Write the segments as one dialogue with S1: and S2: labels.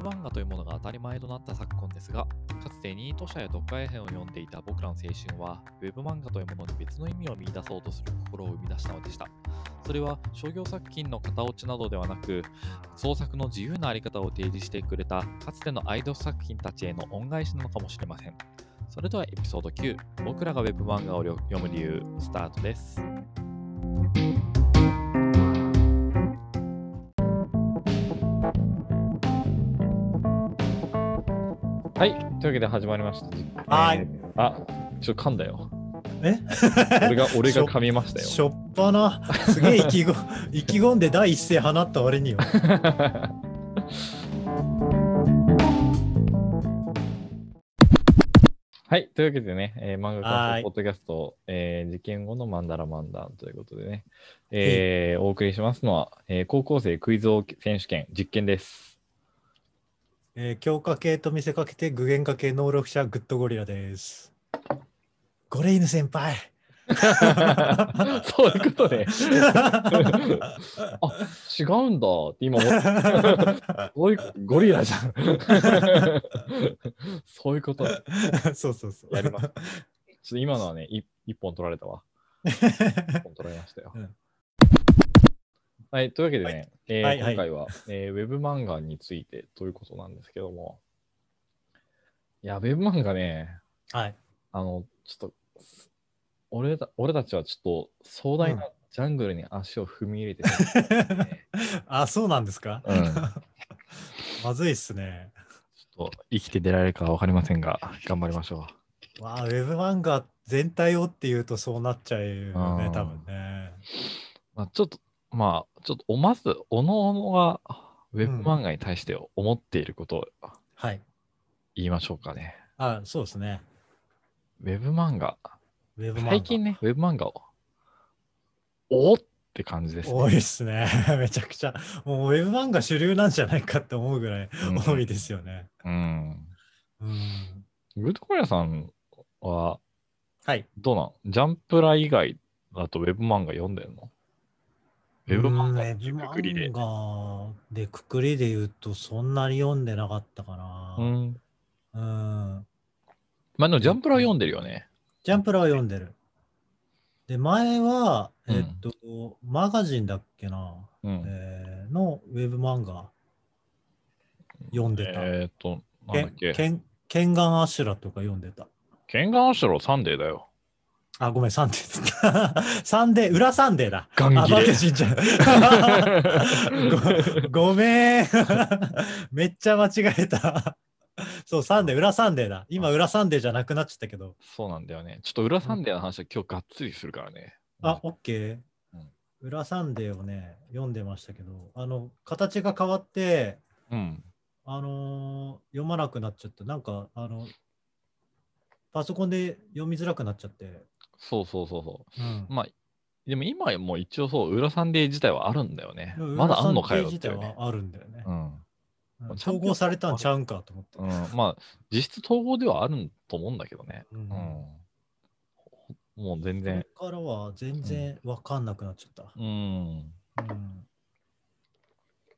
S1: 漫画というものが当たり前となった昨今ですがかつてニート社や読解編を読んでいた僕らの青春はウェブ漫画というものに別の意味を見出そうとする心を生み出したのでしたそれは商業作品の型落ちなどではなく創作の自由なあり方を提示してくれたかつてのアイドル作品たちへの恩返しなのかもしれませんそれではエピソード9僕らがウェブ漫画を読む理由スタートですはいというわけで始まりました
S2: はい
S1: えーあちょっと噛んだよ
S2: え
S1: 俺が俺が噛みましたよ
S2: しょっぱな、すげえ意気ご意気込んで 第一声放った割によ。
S1: はい、というわけでね、えー漫画家
S2: はー
S1: の
S2: い
S1: ポッドキャスト、えー事件後のマンダラマンダンということでね、えーお送りしますのは、えー高校生クイズ王選手権実験 です。
S2: えー強化系と見せかけて具現化系能力者グッドゴリラです。ゴレイヌ先輩
S1: そういうことね。あ違うんだって今思った。 そういうゴリラじゃん。そういうこと。ち
S2: そうそうそう。
S1: やりまょっと今のはね、い一本取られたわ。一本取られましたよ。
S2: うん
S1: はい、というわけでね、えー
S2: はいはい
S1: 今回は、えーウェブ漫画についてということなんですけども、いや、ウェブ漫画ね、
S2: はい。
S1: あの、ちょっと、俺た俺たちはちょっと壮大なジャングルに足を踏み入れてしまって ね、
S2: あ、そうなんですか、
S1: うんち
S2: まずいっすね。
S1: ょっと生きて出られるかは分かりませんが、頑張りましょ
S2: わあ、ウェブ漫画全体をっていうとそうなっちゃうよ
S1: う
S2: ね
S1: ん、
S2: 多分ね。
S1: う。まあ、ちょっと、まあ、ちょっと、おまず、おのおのが、ウェブ漫画に対して思っていることを
S2: はい。
S1: 言いましょうかね。
S2: あ、そうですね。
S1: ウェブ漫画。
S2: ウェブ漫画。
S1: 最近ね、ウェブ漫画を。おって感じです、ね。
S2: 多いっすね。 めちゃくちゃ。もうウェブ漫画主流なんじゃないかって思うぐらい
S1: うん
S2: 多いですよね。
S1: うん。
S2: うん。
S1: グッドコリアさんは、
S2: はい。
S1: どうなんジャンプラ以外だとウェブ漫画読んでんのウェブ漫画
S2: うんウェブ
S1: くくりで
S2: 漫画でくくりで言うと、そんなに読んでなかったか
S1: う
S2: な。
S1: ん。
S2: うん。
S1: まあでもジャンプラは読んでるよね。
S2: ジャンプラは読んでる。で、前は、
S1: うん
S2: えっと、マガジンだっけな、
S1: うん。
S2: えーのウェブ漫画読んでた。
S1: えーっと、なん
S2: け
S1: だっけ。
S2: けんケンガンアシュラとか読んでた。
S1: ケンガンアシュロサンデーだよ。
S2: あ、ごめん、サンデーだった。 サンデー、裏サンデーだ。
S1: ガン
S2: あ、
S1: ギ
S2: マ
S1: レ
S2: ガ。ジンじゃん。 ごごめん。 めっちゃ間違えた。そう、サンデー、裏サンデーだ。今、裏サンデーじゃなくなっちゃったけど。
S1: そうなんだよね。ちょっと裏サンデーの話は今日がっつりするからね。
S2: あ、オッケー
S1: うん。
S2: 裏サンデーをね、読んでましたけど、あの、形が変わって、
S1: うん。
S2: あのー読まなくなっちゃった。なんか、あの、パソコンで読みづらくなっちゃって。
S1: そうそうそうそう。
S2: うん
S1: まあ、でも今もう一応そう、裏サンデー自体はあるんだよね。
S2: 裏
S1: まだあんのかよっ
S2: サン
S1: て
S2: デー
S1: いう
S2: 自体
S1: ね。
S2: はあるんだよね
S1: う。ん。
S2: うん
S1: チャンピオン
S2: 統合されたんちゃうんかと思って。
S1: うん、まあ、実質統合ではあると思うんだけどね。
S2: う
S1: うんん。もう全
S2: これ
S1: 然。
S2: からは全然わかんなくなっちゃった。
S1: うん。
S2: うん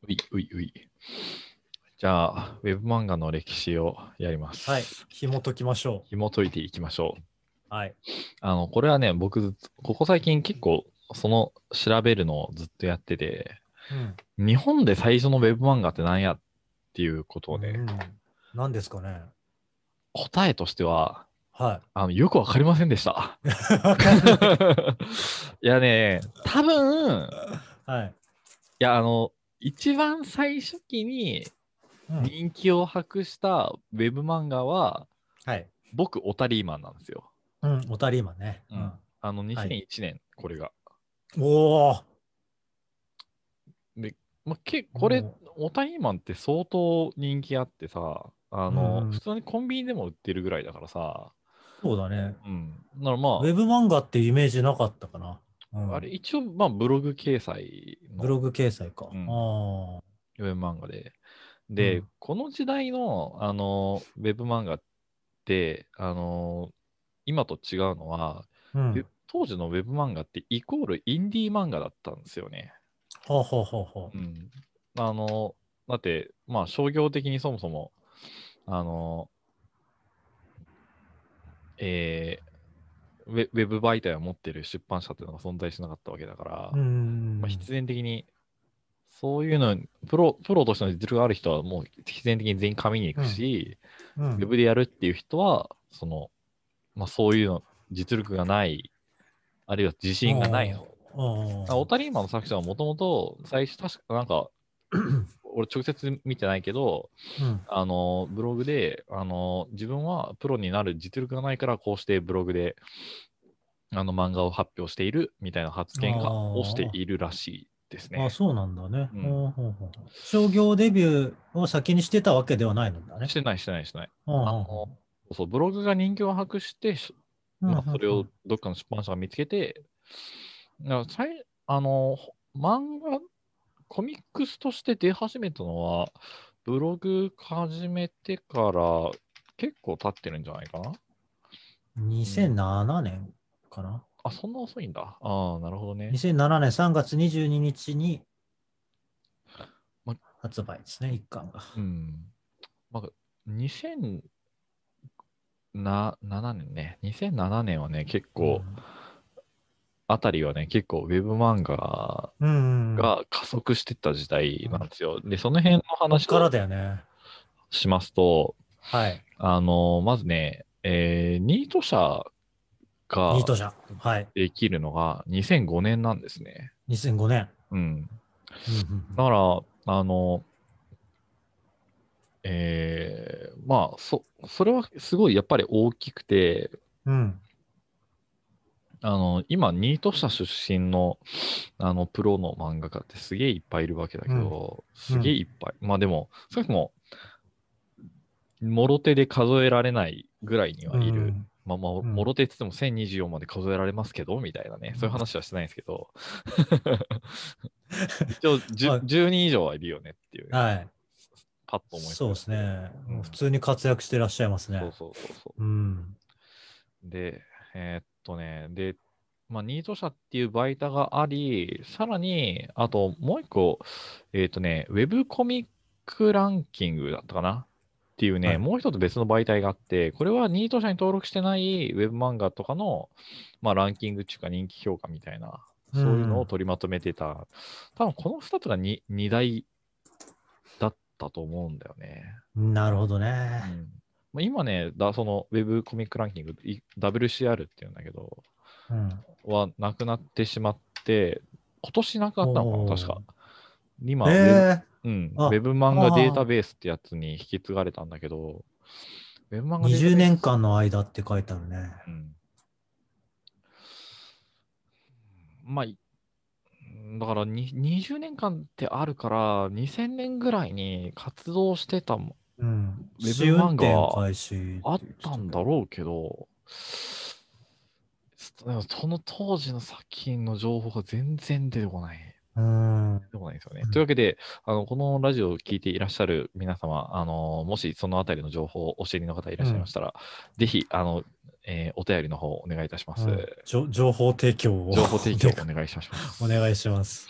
S1: ういういうい。じゃあ、ウェブ漫画の歴史をやります。
S2: はい、紐解きましょ
S1: 紐解いていきましょう。
S2: う。はい。
S1: あの、これはね、僕ずっと、ここ最近結構、その調べるのをずっとやってて、
S2: うん
S1: 日本で最初のウェブ漫画って何やっていうことをね、
S2: うん何ですかね
S1: 答えとしては、
S2: は
S1: あのよくわかりませんでした。
S2: い。わかんない
S1: いやね、多分、
S2: はい。
S1: いや、あの、一番最初期に
S2: うん
S1: 人気を博したウェブ漫画は、
S2: はい。
S1: 僕、オタリーマンなんですよ。
S2: うん、おたり今ね。
S1: うんあの、
S2: はい
S1: 2001年、これが。
S2: うんおお
S1: まあ、けこれ
S2: うん、
S1: オタリーマンって相当人気あってさ、あの、
S2: うんうん
S1: 普通にコンビニでも売ってるぐらいだからさ、
S2: そうだね。
S1: うん。だからま
S2: ウェブ漫画っていうイメージなかったかな。うん
S1: あ、あれ、一応、まあ、ブログ掲載の
S2: ブログ掲載か。
S1: うん
S2: あ
S1: ウェブ漫画で。で、
S2: うん
S1: この時代の、あの、ウェブ漫画って、あの、今と違うのは、
S2: あ。うん。は
S1: 当時のウェブ漫画ってイコールインディー漫画だったんですよね。
S2: あはあはあは
S1: うん、あの、だって、まあ、商業的にそもそも、あの、えーウェウェブ媒体を持ってる出版社っていうのが存在しなかったわけだから、
S2: うん
S1: まあ、必然的に、そういうのにプロ、プロとしての実力がある人は、もう必然的に全員紙に行くし、
S2: う
S1: ウ
S2: ん
S1: ェブでやるっていう人は、その、まあ、そういうの、実力がない、あるいは自信がないの。
S2: あ
S1: あオタリーマンの作者はもともと、最初、確かなん か、俺直接見てないけど、
S2: うん
S1: あのブログであの自分はプロになる実力がないからこうしてブログであの漫画を発表しているみたいな発言
S2: あ
S1: が
S2: ー
S1: をしているらしいですね
S2: あ、。そうなんだね、
S1: うん
S2: ほうほうほう商業デビューを先にしてたわけではないのだね
S1: し。てないしてないしてない。
S2: うんうん
S1: あのそうブログが人気を博して、し
S2: うん
S1: まあ、それ
S2: うんう
S1: を
S2: ん
S1: どっかの出版社が見つけて、だからさいあのほ漫画、コミックスとして出始めたのは、ブログ始めてから結構経ってるんじゃないかな。
S2: 2007年かな。
S1: あ、そんな遅いんだ。ああ、なるほどね。
S2: 2007年3月22日に
S1: ま
S2: 発売ですね、一巻が。
S1: うん。まあ、2007年ね。2007年はね、結構、あたりはね、結構ウェブ漫画
S2: うん、うん、
S1: が加速してった時代なんですよ。で、その辺の話
S2: から
S1: を
S2: だよね。
S1: しますと、
S2: はい。
S1: あの、まずね、えーニート社が
S2: ニート社。はい。
S1: できるのが2005年なんですね。
S2: 2005年。
S1: うん。
S2: うんうん
S1: だから、あの、えーまあ、そ、それはすごいやっぱり大きくて、
S2: うん。
S1: あの、今、ニート社出身の、あの、プロの漫画家ってすげえいっぱいいるわけだけど、すげえいっぱい。まあでも、それとも、もろ手で数えられないぐらいにはいる。
S2: うん
S1: まあまあ、
S2: ん
S1: もろ手って言っても1024まで数えられますけど、みたいなね。そういう話はしてないんですけ ど。一応、じゅ
S2: はい
S1: 10人以上はいるよねっていうね、
S2: はい。
S1: パッと思いつく
S2: そうですね。
S1: うん
S2: 普通に活躍してらっしゃいますね。
S1: そうそうそうそう。
S2: うん。
S1: で、えーっとね、で、まあ、ニート社っていう媒体があり、さらに、あともう一個、えーっとね、ウェブコミックランキングだったかなっていうね、
S2: はい
S1: もう一つ別の媒体があって、これはニート社に登録してないウェブ漫画とかの、まあ、ランキングっていうか人気評価みたいな、そういうのを取りまとめてた。多分この2つが 2, 2大だったと思うんだよね。
S2: なるほど
S1: う
S2: ね。
S1: んまあ、今ねだ、そのウェブコミックランキング、い WCR っていうんだけど、
S2: うん。
S1: はなくなってしまって、今年なくなったの
S2: お
S1: かな、
S2: ー
S1: 確か。今、ウェブ
S2: え
S1: うん、ウ
S2: あ
S1: ェブ漫画データベースってやつに引き継がれたんだけど、ウェブ漫
S2: ー、
S1: 画データベース
S2: 20年間の間って書いてあるね。
S1: うんまあ、いだからに20年間ってあるから、2000年ぐらいに活動してたも
S2: うん。
S1: ウェブ
S2: 試運転
S1: 漫画
S2: 開始。
S1: あったんだろうけど、でもその当時の作品の情報が全然出てこない。
S2: うん。
S1: でもないですよね
S2: うん。
S1: というわけで、あのこのラジオを聞いていらっしゃる皆様、あのもしそのあたりの情報をお知りの方いらっしゃいましたら、ぜひあの、えーお便りの方お願いいたします。
S2: うんじょ情報提供を。
S1: 情報提供お願いします。
S2: お願いします。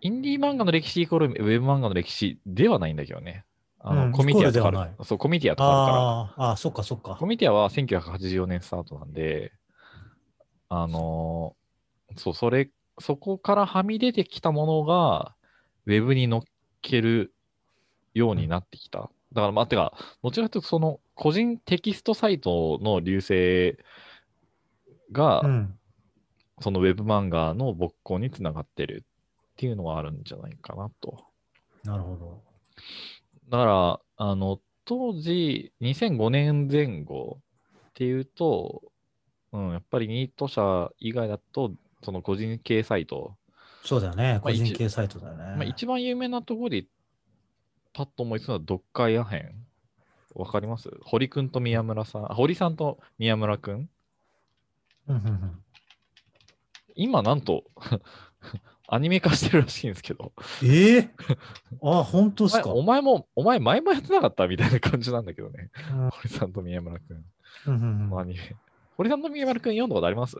S1: インディー漫画の歴史イコールウェブ漫画の歴史ではないんだけどね。あの
S2: うん
S1: コミティアとかあ
S2: イコールでは
S1: る
S2: な
S1: そう、コミティアとかあるから。
S2: あーあー、そっかそっか
S1: コ。ミティアは1984年スタートなんで、あのーそう、それ、そこからはみ出てきたものが、ウェブに乗っけるようになってきた。だから、まあ、てか、どちらかというと、その、個人テキストサイトの流星が、
S2: うん。
S1: そのウェブ漫画の勃興につながってるっていうのはあるんじゃないかなと。
S2: なるほど。
S1: だから、あの、当時、2005年前後っていうと、うん、やっぱりニート社以外だと、その個人系サイト、
S2: そうだよね。
S1: ま
S2: 個
S1: あ一
S2: 人系サイトだよね。
S1: まあ、一番有名なところで、パッと思いつくのは、読解アヘン。わかります堀くんと宮村さん、あ堀さんと宮村くん。
S2: うんうんうん
S1: 今、なんと、 アニメ化してるらしいんですけど、
S2: え えあ、本当
S1: お
S2: っす
S1: 前
S2: か。
S1: お前も、お前前もやってなかったみたいな感じなんだけどね。
S2: うん
S1: 堀さんと宮村くん
S2: うんうんう
S1: のア
S2: ん
S1: ニメ。堀さんと宮村くん読んだことあります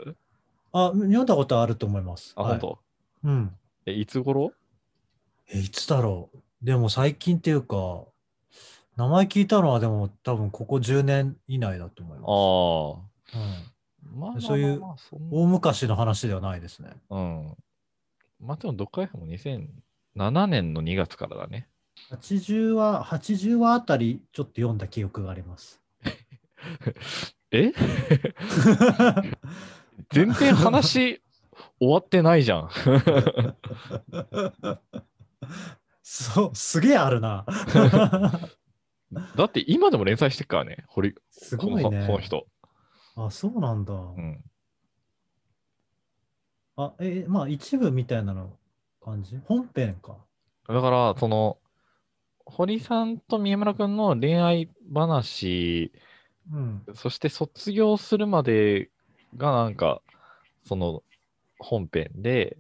S2: あ、読んだことあると思います。
S1: あ、
S2: はい
S1: 本
S2: うん。
S1: 当。え、いつ頃
S2: え、いつだろう。でも最近っていうか、名前聞いたのはでも多分ここ10年以内だと思い
S1: ああ。まあまあまあ
S2: ます。うん
S1: まあ、
S2: そういう
S1: そんな
S2: 大昔の話ではないですね。
S1: うん。まあでも、読解編も2007年の2月からだね。
S2: 80話、80話あたりちょっと読んだ記憶があ ります。
S1: え全然 話終わってないじゃん。
S2: そう、すげえあるな。
S1: だって今でも連載してるからね、堀
S2: すごい
S1: この
S2: ね。
S1: この人。
S2: あ、そうなんだ。
S1: うん。
S2: あ、え、まあ一部みたいなの感じ本編か。
S1: だから、その、堀さんと宮村君の恋愛話、
S2: うん。
S1: そして卒業するまでがなんか、その本編で、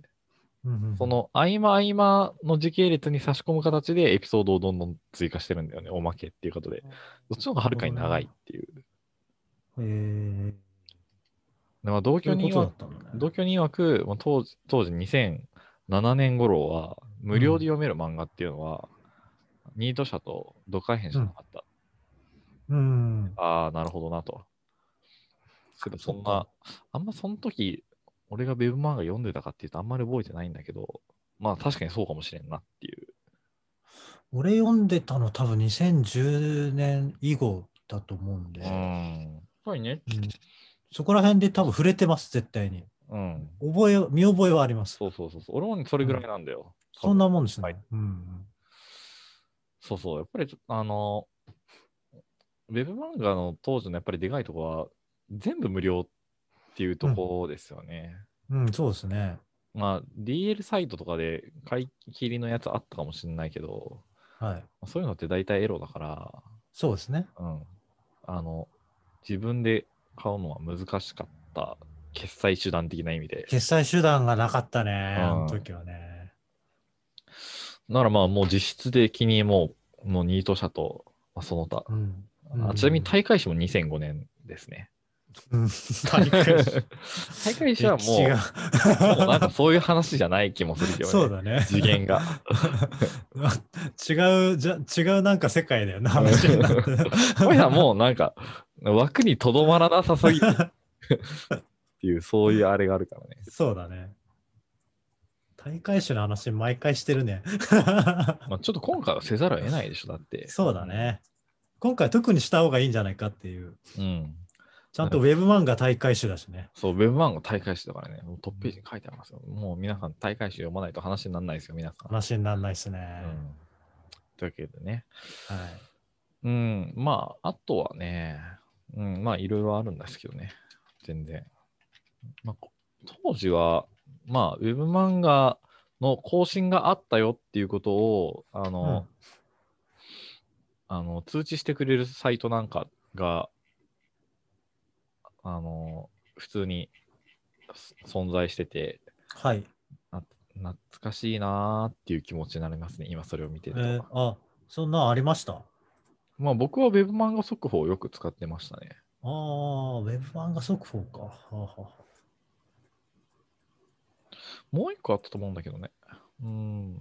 S2: うんうん
S1: その合間合間の時系列に差し込む形でエピソードをどんどん追加してるんだよね、おまけっていうことで。どっちの方がはるかに長いっていう。
S2: えー、
S1: だから同
S2: そう
S1: 居
S2: いう
S1: 人
S2: ことだ
S1: は
S2: ったのね。
S1: 同居人曰く、まあ当時当時2007年頃は無料で読める漫画っていうのは、ニート社と読解編しかなかった。
S2: うん。
S1: ああ、なるほどなと。そういえばそんな、あんまその時、俺がウェブ漫画読んでたかっていうとあんまり覚えてないんだけど、まあ確かにそうかもしれんなっていう。
S2: 俺読んでたの多分2010年以後だと思うんで、
S1: ん。そうね。
S2: うんそこら辺で多分触れてます、絶対に。
S1: うん。
S2: 覚え、見覚えはあります。
S1: そうそうそうそう。俺もねそれぐらいなんだよ。
S2: そんなもんですね。
S1: はい
S2: うん
S1: そうそう。やっぱりちょっと、あの、ウェブ漫画の当時のやっぱりでかいとこは、全部無料っていうとこですよね。
S2: うん、うん、そうですね。
S1: まあ、DL サイトとかで買い切りのやつあったかもしれないけど、
S2: はい。
S1: そういうのって大体エロだから、
S2: そうですね。
S1: うん。あの、自分で買うのは難しかった。決済手段的な意味で。
S2: 決済手段がなかったね、
S1: うん
S2: あの時はね。
S1: ならまあもう実質的にもう、もうニート社と、まあ、その他。
S2: うん。う
S1: あ
S2: ん
S1: ちなみに大会誌も2005年ですね。
S2: うん大
S1: 大会誌はもう
S2: 歴史
S1: も
S2: が
S1: うなんかそういう話じゃない気もするけどね。
S2: そうだね。
S1: 次元が。
S2: 違う、じゃ違うなんか世界だよな、話になって。
S1: これはもうなんか、枠にとどまらなさすぎるっていう、そういうあれがあるからね。
S2: そうだね。大会誌の話、毎回して るね。
S1: まあ、ちょっと今回はせざるを得ないでしょ、だって。
S2: そうだ。ね。今回特にした方がいいんじゃないかっていう。
S1: うん。
S2: ちゃんとウェブ漫画大会誌だしね。
S1: そう、ウェブ漫画大会誌だからね、もうトップページに書いてありますよ。もう皆さん、大会誌読まないと話にならないですよ、皆さん。
S2: 話にならないですね。
S1: うん、というわけでね。
S2: はい。
S1: うん、まあ、あとはね、うん、まあ、いろいろあるんですけどね、全然。まあ、こ当時は、まあ、ウェブ漫画の更新があったよっていうことを、あの、あの通知してくれるサイトなんかが、あの、普通にす存在してて、
S2: はい。
S1: 懐かしいなーっていう気持ちになりますね、今それを見て
S2: え
S1: ると。
S2: ーあ、そんなんありました。
S1: まあ、僕はウェブ漫画速報をよく使ってましたね。
S2: ああ、ウェブ漫画速報か。はあはあ
S1: もう一個あったと思うんだけどね。うん。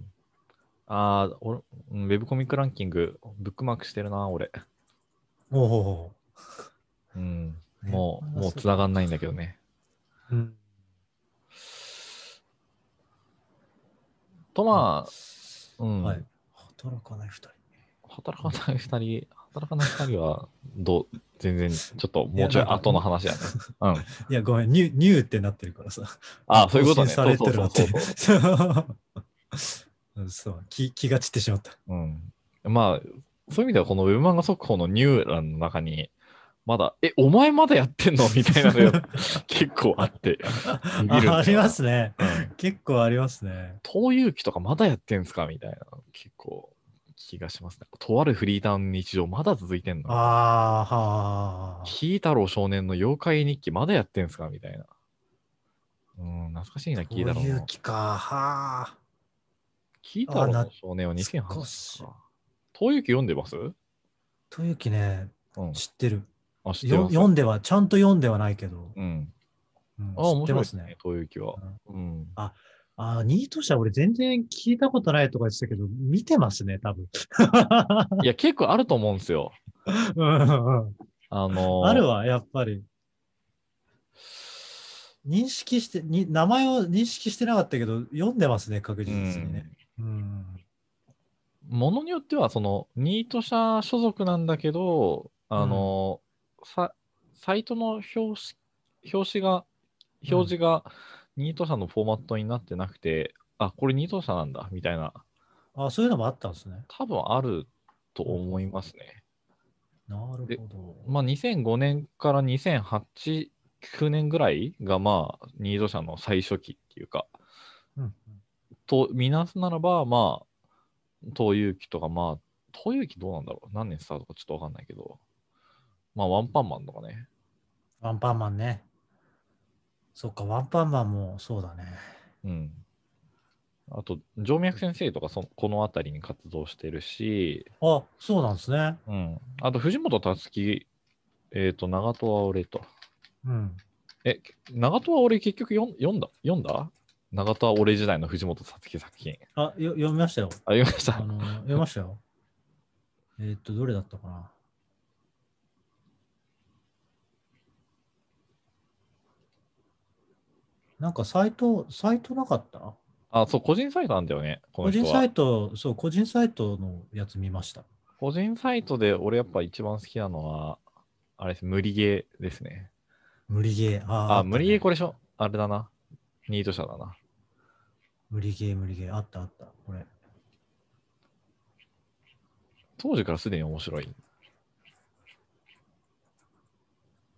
S1: ああ、俺、うんウェブコミックランキング、ブックマークしてるな、俺。
S2: おお
S1: うん。もう、
S2: ウェブ漫画速報
S1: もう繋がんないんだけどね。
S2: ー。うん。
S1: と、まあ、うん。
S2: はい。働かない二人。
S1: 働かない二人、働かない二人は、どう、全然、ちょっと、もうちょい後の話だ ね。うん。
S2: いや、ごめん、ニューニューってなってるからさ。
S1: ああ、そういうことね。
S2: 更新されてるなって
S1: そうそうそうそう。
S2: うんそう気、気が散ってしまった。
S1: うん。まあ、そういう意味では、このウェブ漫画速報のニュー欄の中に、まだ、え、お前まだやってんのみたいなのが結構あ って、見るんだよな
S2: あありますね。
S1: うん
S2: 結構ありますね。
S1: 東遊記とかまだやってんすかみたいな、結構気がしますね。とあるフリーターの日常まだ続いてんの
S2: ああ、はあ。
S1: キー太郎少年の妖怪日記まだやってんすかみたいな。うん、懐かしいな、キー太
S2: そうい
S1: 郎
S2: う
S1: の。
S2: 気か。はあ。
S1: キー太郎
S2: あ
S1: の
S2: な
S1: 少年は2008
S2: 懐か
S1: 年
S2: しい
S1: か。東遊記読んでますう
S2: とゆきね、
S1: ん。
S2: 知ってる。
S1: あ、知って
S2: よ
S1: ます。
S2: 読んでは、ちゃんと読んではないけど、
S1: うん。
S2: うん
S1: あ、面
S2: 知って
S1: 白い
S2: ま
S1: ですすね
S2: ね。、
S1: 東遊記は。うん。
S2: ああ、ニート社、俺全然聞いたことないとか言ってたけど、見てますね、多分。
S1: いや、結構あると思うんですよ。
S2: うんうんうん
S1: あのー
S2: あるわ、やっぱり。認識してに、名前を認識してなかったけど、読んでますね、確実にね。うん。
S1: ものによってはそのニート社所属なんだけどあの、さサイトの表紙表紙が表示がニート社のフォーマットになってなくて、あこれニート社なんだみたいな
S2: あそういうのもあったんですね。
S1: 多分あると思いますね、
S2: なる
S1: で
S2: ほど。
S1: まあ、2005年から2008 9年ぐらいがまあニート社の最初期っていうか
S2: うん
S1: と見なすならばまあ東遊記とかまあ東遊記どうなんだろう何年スタートかちょっとわかんないけどまあワンパンマンとかね
S2: ワンパンマンね。そっか、ワンパンマンもそうだね。
S1: うんあと静脈先生とかそこの辺りに活動してるし、
S2: あ、そうなんですね。
S1: うん、あと藤本たつきえっ、と長戸は俺と
S2: うん。
S1: え長戸は俺結局読ん読んだ読んだ長戸は俺時代の藤本たつき作品
S2: あ、よ読みましたよ。
S1: あ読みまし
S2: あ
S1: た
S2: の、読みましたよ。えーっと、どれだったかな。なんかサイト、サイトなかった
S1: あそう個人サイトなんだよねこ
S2: 個
S1: の人
S2: 人
S1: は
S2: サイト、そう、個人サイトのやつ見ました。
S1: 個人サイトで俺やっぱ一番好きなのは、あれです、無理ゲーですね。
S2: 無理ゲー。あー
S1: あ、
S2: あったね
S1: 無理ゲーこれでしょあれだな。ニート社だな。
S2: 無理ゲー、無理ゲー。あったあった。これ。
S1: 当時からすでに面白い。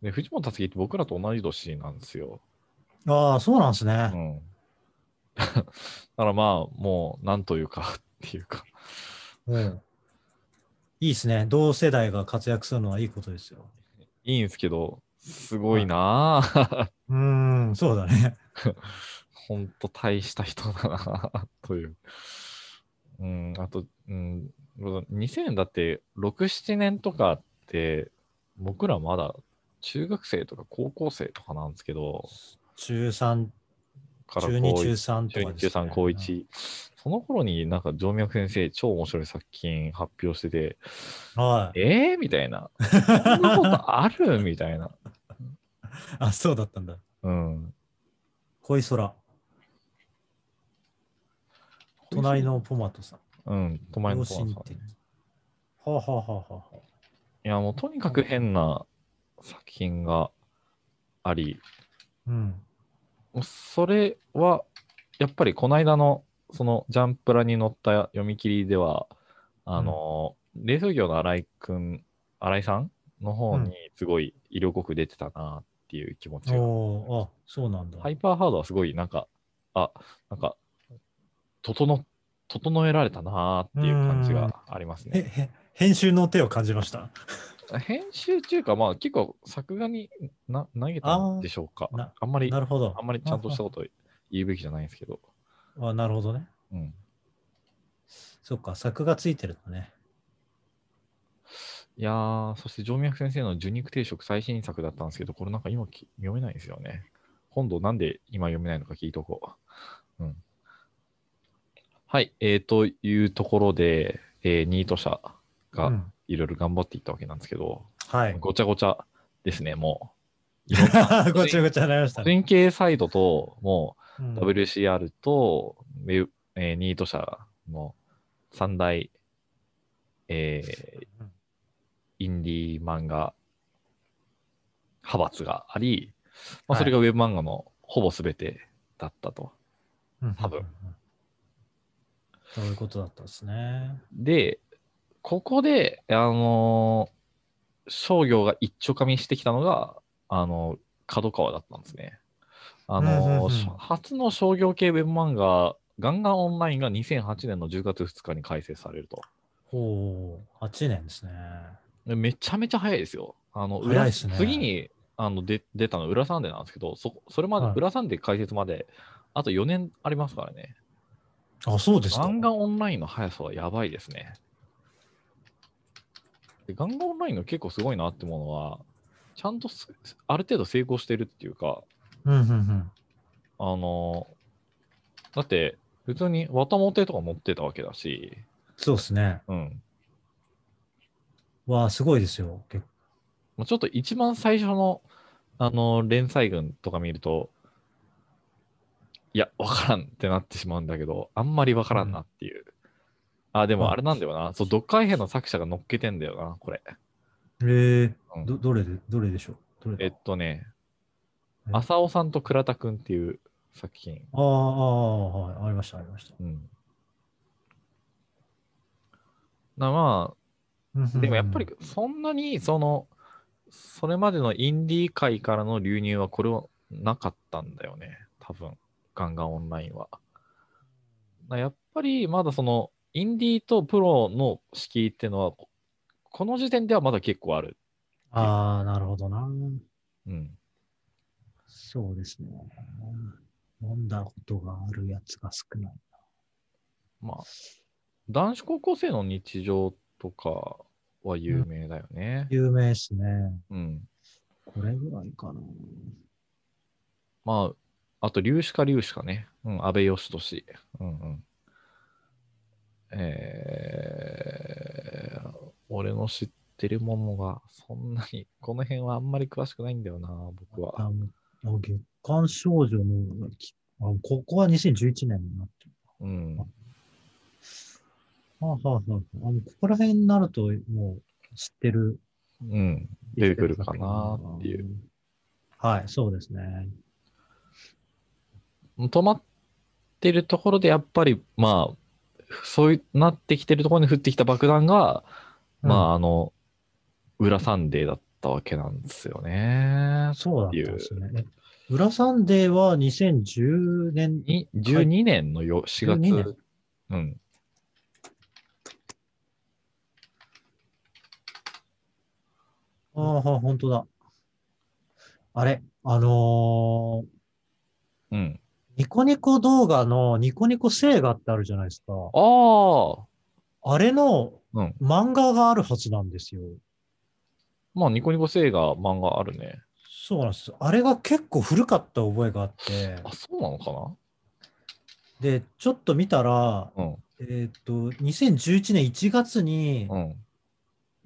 S1: で、藤本達樹って僕らと同じ年なんですよ。
S2: ああ、そうなんです
S1: う
S2: ね。
S1: ん。だからまあ、もう、なんというか、っていうか。
S2: うん。いいですね。同世代が活躍するのはいいことですよ。
S1: いいんですけど、すごいなあ
S2: うーん、そうだね。
S1: ほんと大した人だなあという。うん、あと、うん、2000年だって、6、7年とかって、僕らまだ中学生とか高校生とかなんですけど、
S2: 中3、
S1: から
S2: 中2、
S1: 高
S2: 中
S1: 一
S2: 3と
S1: 中
S2: か
S1: 2、
S2: で
S1: 中
S2: す、ね。
S1: 3、高1。その頃になんか、静脈先生、超面白い作品発表してて、
S2: うん。はい。
S1: えーみたい な。そんなことあるみたいな。
S2: あ、そうだったんだ。
S1: うん。
S2: 恋空。隣。のポマトさん。
S1: うん、隣の
S2: 養
S1: 子なん
S2: 子
S1: ですか
S2: に行って
S1: ね
S2: る。はあ、はあはあはあはい
S1: や、もうとにかく変な作品があり、
S2: あ、うん。
S1: もうそれは、やっぱりこの間の、そのジャンプラに載った読み切りでは、あの、冷蔵業の新井くん、新井さんの方にすごい色濃く出てたなっていう気持ちが。
S2: おーあ、そうなんだ。
S1: ハイパーハードはすごい、なんか、あ、なんか、整、整えられたなっていう感じがあります
S2: へ
S1: ね。
S2: へ編集の手を感じました。
S1: 編集中か、まあ結構作画にな投げたんでしょうか。
S2: な
S1: あんまり
S2: なるほど
S1: あ。んまりちゃんとしたこと言うべきじゃないんですけど。
S2: あ、なるほどね。
S1: うん。
S2: そっか、作がついてるのね。
S1: いやー、そして静脈先生の受肉定食最新作だったんですけど、これなんか今き読めないんですよね。今度なんで今読めないのか聞いとこう。うん。はい、えー、というところで、えーニート社
S2: う
S1: が
S2: ん、
S1: いろいろ頑張っていったわけなんですけど、
S2: はい。
S1: ごちゃごちゃですね、もう。
S2: ごちゃごちゃになりました
S1: 個
S2: ね。
S1: 人系サイトと、もう、
S2: うん、
S1: WCR と、ウェブえーニート社の三大、えー
S2: うん
S1: インディー漫画派閥があり、ま
S2: はい
S1: あ、それがウェブ漫画のほぼ全てだったと。多分
S2: うんうんうん。そういうことだったんですね。
S1: で、ここで、あのー商業が一丁かみしてきたのが、あの角川だったんですね。あのー
S2: うんうんうん
S1: しょ初の商業系ウェブ漫画、ガンガンオンラインが2008年の10月2日に改正されると。
S2: ほう、8年ですね。
S1: でめちゃめちゃ早いですよ。あの、
S2: 早
S1: 裏
S2: いっすね
S1: 次にあので出たの裏サンデーなんですけど、そそれまで、
S2: はい
S1: 裏サンデー解説まで、あと4年ありますからね。
S2: あ、そうです
S1: ガ
S2: か。
S1: ンガンオンラインの速さはやばいですね。でガンガンオンラインの結構すごいなって思うのは、ちゃんとすある程度成功してるっていうか、
S2: うんうんうん。
S1: あの、だって、普通に綿モテとか持ってたわけだし、
S2: そうですね。
S1: うん。
S2: わあ、すごいですよ。結構
S1: まあ、ちょっと一番最初の、あの、連載群とか見ると、いや、わからんってなってしまうんだけど、あんまりわからんなっていう。あ、でもあれなんだよな。そう、読解編の作者が乗っけてんだよな、これ。
S2: え
S1: う
S2: ー、
S1: ん
S2: ど、どれで、どれでしょうどれだ
S1: えっとね、
S2: え
S1: 浅尾さんと倉田くんっていう作品。
S2: あーあー、はい、ありました、ありました。
S1: うん。なまあ、でもやっぱりそんなに、その、それまでのインディー界からの流入はこれはなかったんだよね。多分、ガンガンオンラインは。なやっぱりまだその、インディーとプロの敷居っていうのは、この時点ではまだ結構ある。
S2: ああ、なるほどな。
S1: うん。
S2: そうですね。飲んだことがあるやつが少ない。
S1: まあ、男子高校生の日常とかは有名だよね。
S2: 有名ですね。
S1: うん。
S2: これぐらいかな。
S1: まあ、あと、粒子か粒子かね。うん、安倍義俊。うんうん。えー、俺の知ってるものが、そんなに、この辺はあんまり詳しくないんだよな、僕は。
S2: あの月刊少女の、きあここは2011年になってる。
S1: うん。
S2: はあはあはあ、あのここら辺になると、もう知ってる。
S1: うん。出てくるかなっていう。
S2: はい、そうですね。
S1: 止まってるところで、やっぱり、まあ、そういうなってきてるところに降ってきた爆弾が、まあ、あの、裏サンデーだったわけなんですよね
S2: あ。そうだったんですね。え裏サンデーは2010年
S1: に12年のよ4月。
S2: 12年
S1: うん。
S2: ああ、はあ本当だ。あれ、あのー
S1: うん。
S2: ニコニコ動画のニコニコ映画ってあるじゃないですか。
S1: ああ、
S2: あれの
S1: うん
S2: 漫画があるはずなんですよ。
S1: まあ、ニコニコ生が漫画あるね。
S2: そうなんです。あれが結構古かった覚えがあって、
S1: あ、そうなのか
S2: で、ちょっと見たら、
S1: な
S2: えーっと、2011年1月に
S1: うん。うん。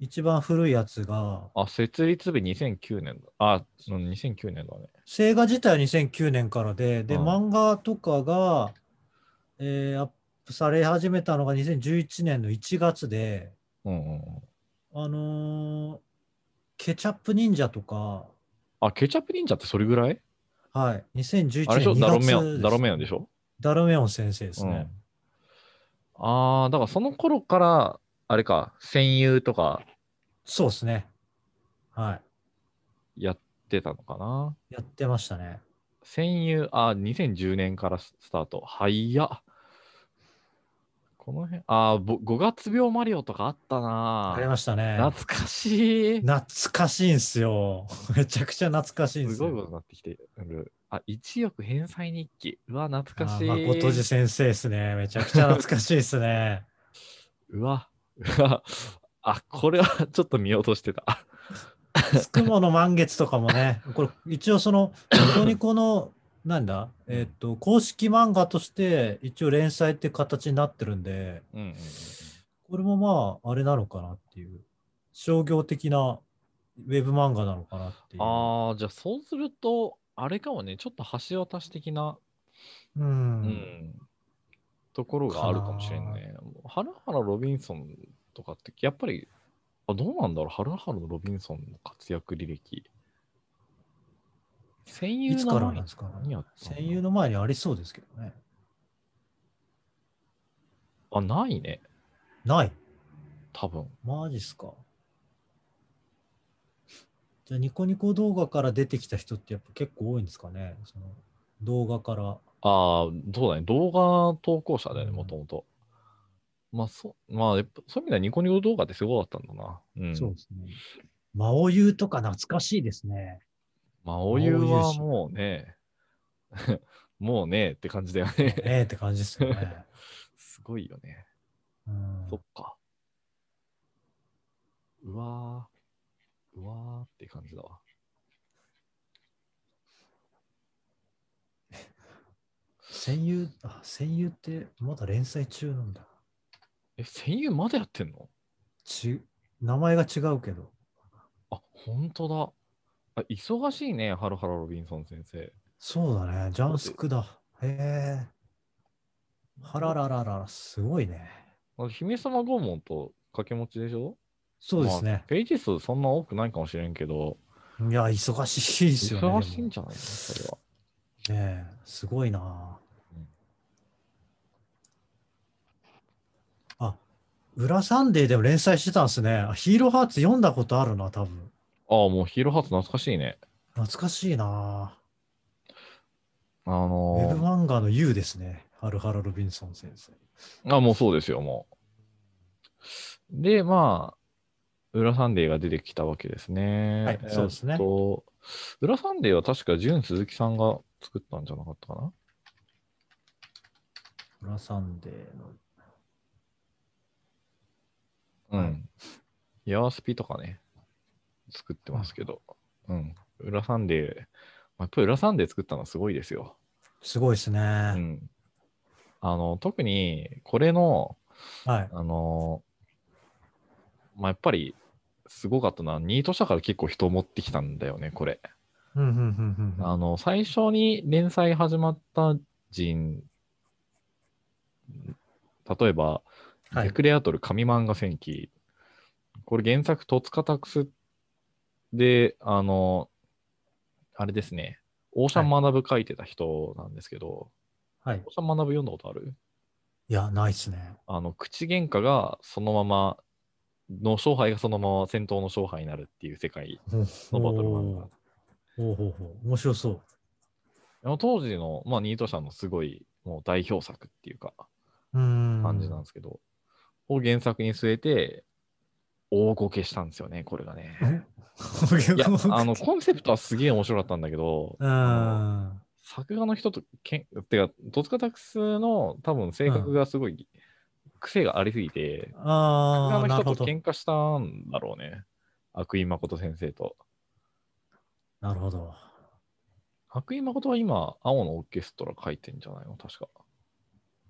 S2: 一番古いやつが、
S1: あ、設立日2009年だ。あ、うん2009年だね。
S2: 映画自体は2009年からで、で、
S1: うん
S2: 漫画とかが、えーアップされ始めたのが2011年の1月で、
S1: うんうんうん。
S2: あのーケチャップ忍者とか、
S1: あ、ケチャップ忍者ってそれぐらい
S2: はい、2011
S1: あれでし
S2: 年
S1: ょ
S2: 2
S1: ダロ
S2: 月
S1: メオン、ダロ
S2: です
S1: メオンでしょ
S2: ダロメオン先生ですね。
S1: うん、ああ、だからその頃から、あれか、戦友とか
S2: そうですね。は
S1: やってたのかな。
S2: い。やってましたね。
S1: 戦友、あー、2010年からススタート。はいや。この辺、ああ、ぼ五月病マリオとかあったな
S2: ありましたね。
S1: 懐かしい。
S2: 懐かしいんすよ。 めちゃくちゃ懐かしいんですす
S1: ごいこ
S2: よ。
S1: とになってきてる。あ、一億返済日記。うわ、懐かしい。
S2: あー誠じ先生ですね。めちゃくちゃ懐かしいですね。
S1: うわ、 うわ。あ、これはちょっと見落としてた。
S2: つくもの満月とかも ね、これ一応その、本当にこの、なんだ、えっと、公式漫画として一応連載って形になってるんで、
S1: うんうんうん
S2: これもまあ、あれなのかなっていう、商業的なウェブ漫画なのかなっていう。
S1: ああ、じゃあそうすると、あれかもね、ちょっと橋渡し的な、う
S2: う。
S1: んん、ところがあるかもしれんね。ハラハラロビンソンとかって、やっぱり、あどうなんだろう、ハラハラロビンソンの活躍履歴。戦友
S2: いつから
S1: の
S2: なんですか
S1: 何
S2: ね。
S1: やったの
S2: 戦友の前にありそうですけどね。
S1: あ、ないね、
S2: ない。
S1: 多分。
S2: マジっすか。じゃあ、ニコニコ動画から出てきた人ってやっぱ結構多いんですかね。その動画から。
S1: ああ、そうだね、動画投稿者だよね、
S2: うん
S1: もともと。まあ、そまあ、やっぱそういう意味ではニコニコ動画ってすごかったんだな。うん。
S2: そうですね。魔王優とか懐かしいですね。
S1: まあ、お湯はもうね、 もうねって感じだよ
S2: ね
S1: ね。
S2: えって感じですよね。
S1: すごいよね。
S2: うん
S1: そっか。うわー、うわーって感じだわ。
S2: 戦友、あ、戦友ってまだ連載中なんだ。
S1: え、戦友まだやってんの
S2: ち、名前が違うけど。
S1: あ、本当だ。あ、忙しいね、ハロハロロビンソン先生。
S2: そうだね、ジャンスクだ。へえ。はららららら、すごいね。
S1: あ姫様拷問と掛け持ちでしょ
S2: そうです
S1: まあ
S2: ね。
S1: ページ数そんな多くないかもしれんけど、
S2: いや、忙しいですよね。
S1: 忙しいんじゃないのそれは。
S2: でもねえすごいな
S1: うん
S2: あ。あ、裏サンデーでも連載してたんですね。あヒーローハーツ読んだことあるな、多分。
S1: ああ、もうヒーローハーツ懐かしいね。
S2: 懐かしいな
S1: あ
S2: ウェブ
S1: の
S2: 漫画の U ですね。ハルハラ・ロビンソン先生。
S1: ー、あもうそうですよ、もう。で、まあ、裏サンデーが出てきたわけですね。
S2: はいそうですね
S1: えっと、裏サンデーは確か純鈴木さんが作ったんじゃなかったかな
S2: 裏サンデーの。
S1: うん。ヤワスピとかね、作ってますけど、うん。裏サンデー、まあやっぱり裏サンデー作ったのはすごいですよ。
S2: すごいですね。
S1: うん。あの、特に、これの、
S2: はい。
S1: あの、まあ、やっぱり、すごかったのは、ニート社から結構人を持ってきたんだよね、これ。
S2: うんうんうんうんうん。
S1: あの、最初に連載始まった人、例えば、
S2: はい
S1: デクレアトル紙漫画戦記。これ原作、トツカタクスで、あの、あれですね、オーシャン学ブ書いてた人なんですけど、
S2: はい
S1: オ。ーシャン学ブ読んだことある
S2: いや、ないですね。
S1: あの、口喧嘩がそのまま、の勝敗がそのまま戦闘の勝敗になるっていう世界のバトル漫画。
S2: ほうほうほう。面白そう。
S1: あの当時の、まあ、ニート社のすごいもう代表作っていうか、
S2: うーん。
S1: 感じなんですけど、を原作に据えて、大こけしたんですよね、これが ね。いや、あの、コンセプトはすげえ面白かったんだけど、
S2: うーん。
S1: 作画の人とけん、てか、トツカタクスの多分性格がすごい、癖がありすぎて、作
S2: あ
S1: 画
S2: あ、
S1: の
S2: なる
S1: 人
S2: ほ
S1: と
S2: ど。
S1: 喧嘩したんだろうね。悪意誠先生と。
S2: なるほど。
S1: 悪意誠は今、青のオーケストラ書いてんじゃないの確か。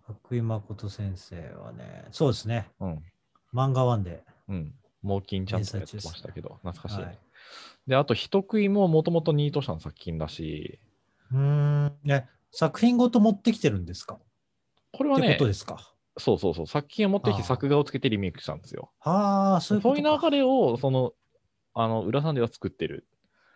S2: 福井誠先生はね、そうですね。
S1: うん。
S2: 漫画ワンで。
S1: うん。猛禽ちゃんとかやってましたけど、懐かしいね、
S2: はい。
S1: で、あと、人食いももともとニート社の作品だし、
S2: うーん。ね、作品ごと持ってきてるんですか
S1: これ
S2: っ
S1: は
S2: てこ
S1: ね
S2: と、ですか。
S1: そうそうそう、作品を持ってきて
S2: あー
S1: 作画をつけてリメイクしたんですよ。
S2: ああ、そ
S1: そうう
S2: いうこと
S1: いう
S2: か。
S1: 流れを、その、あの、浦さんでは作ってる。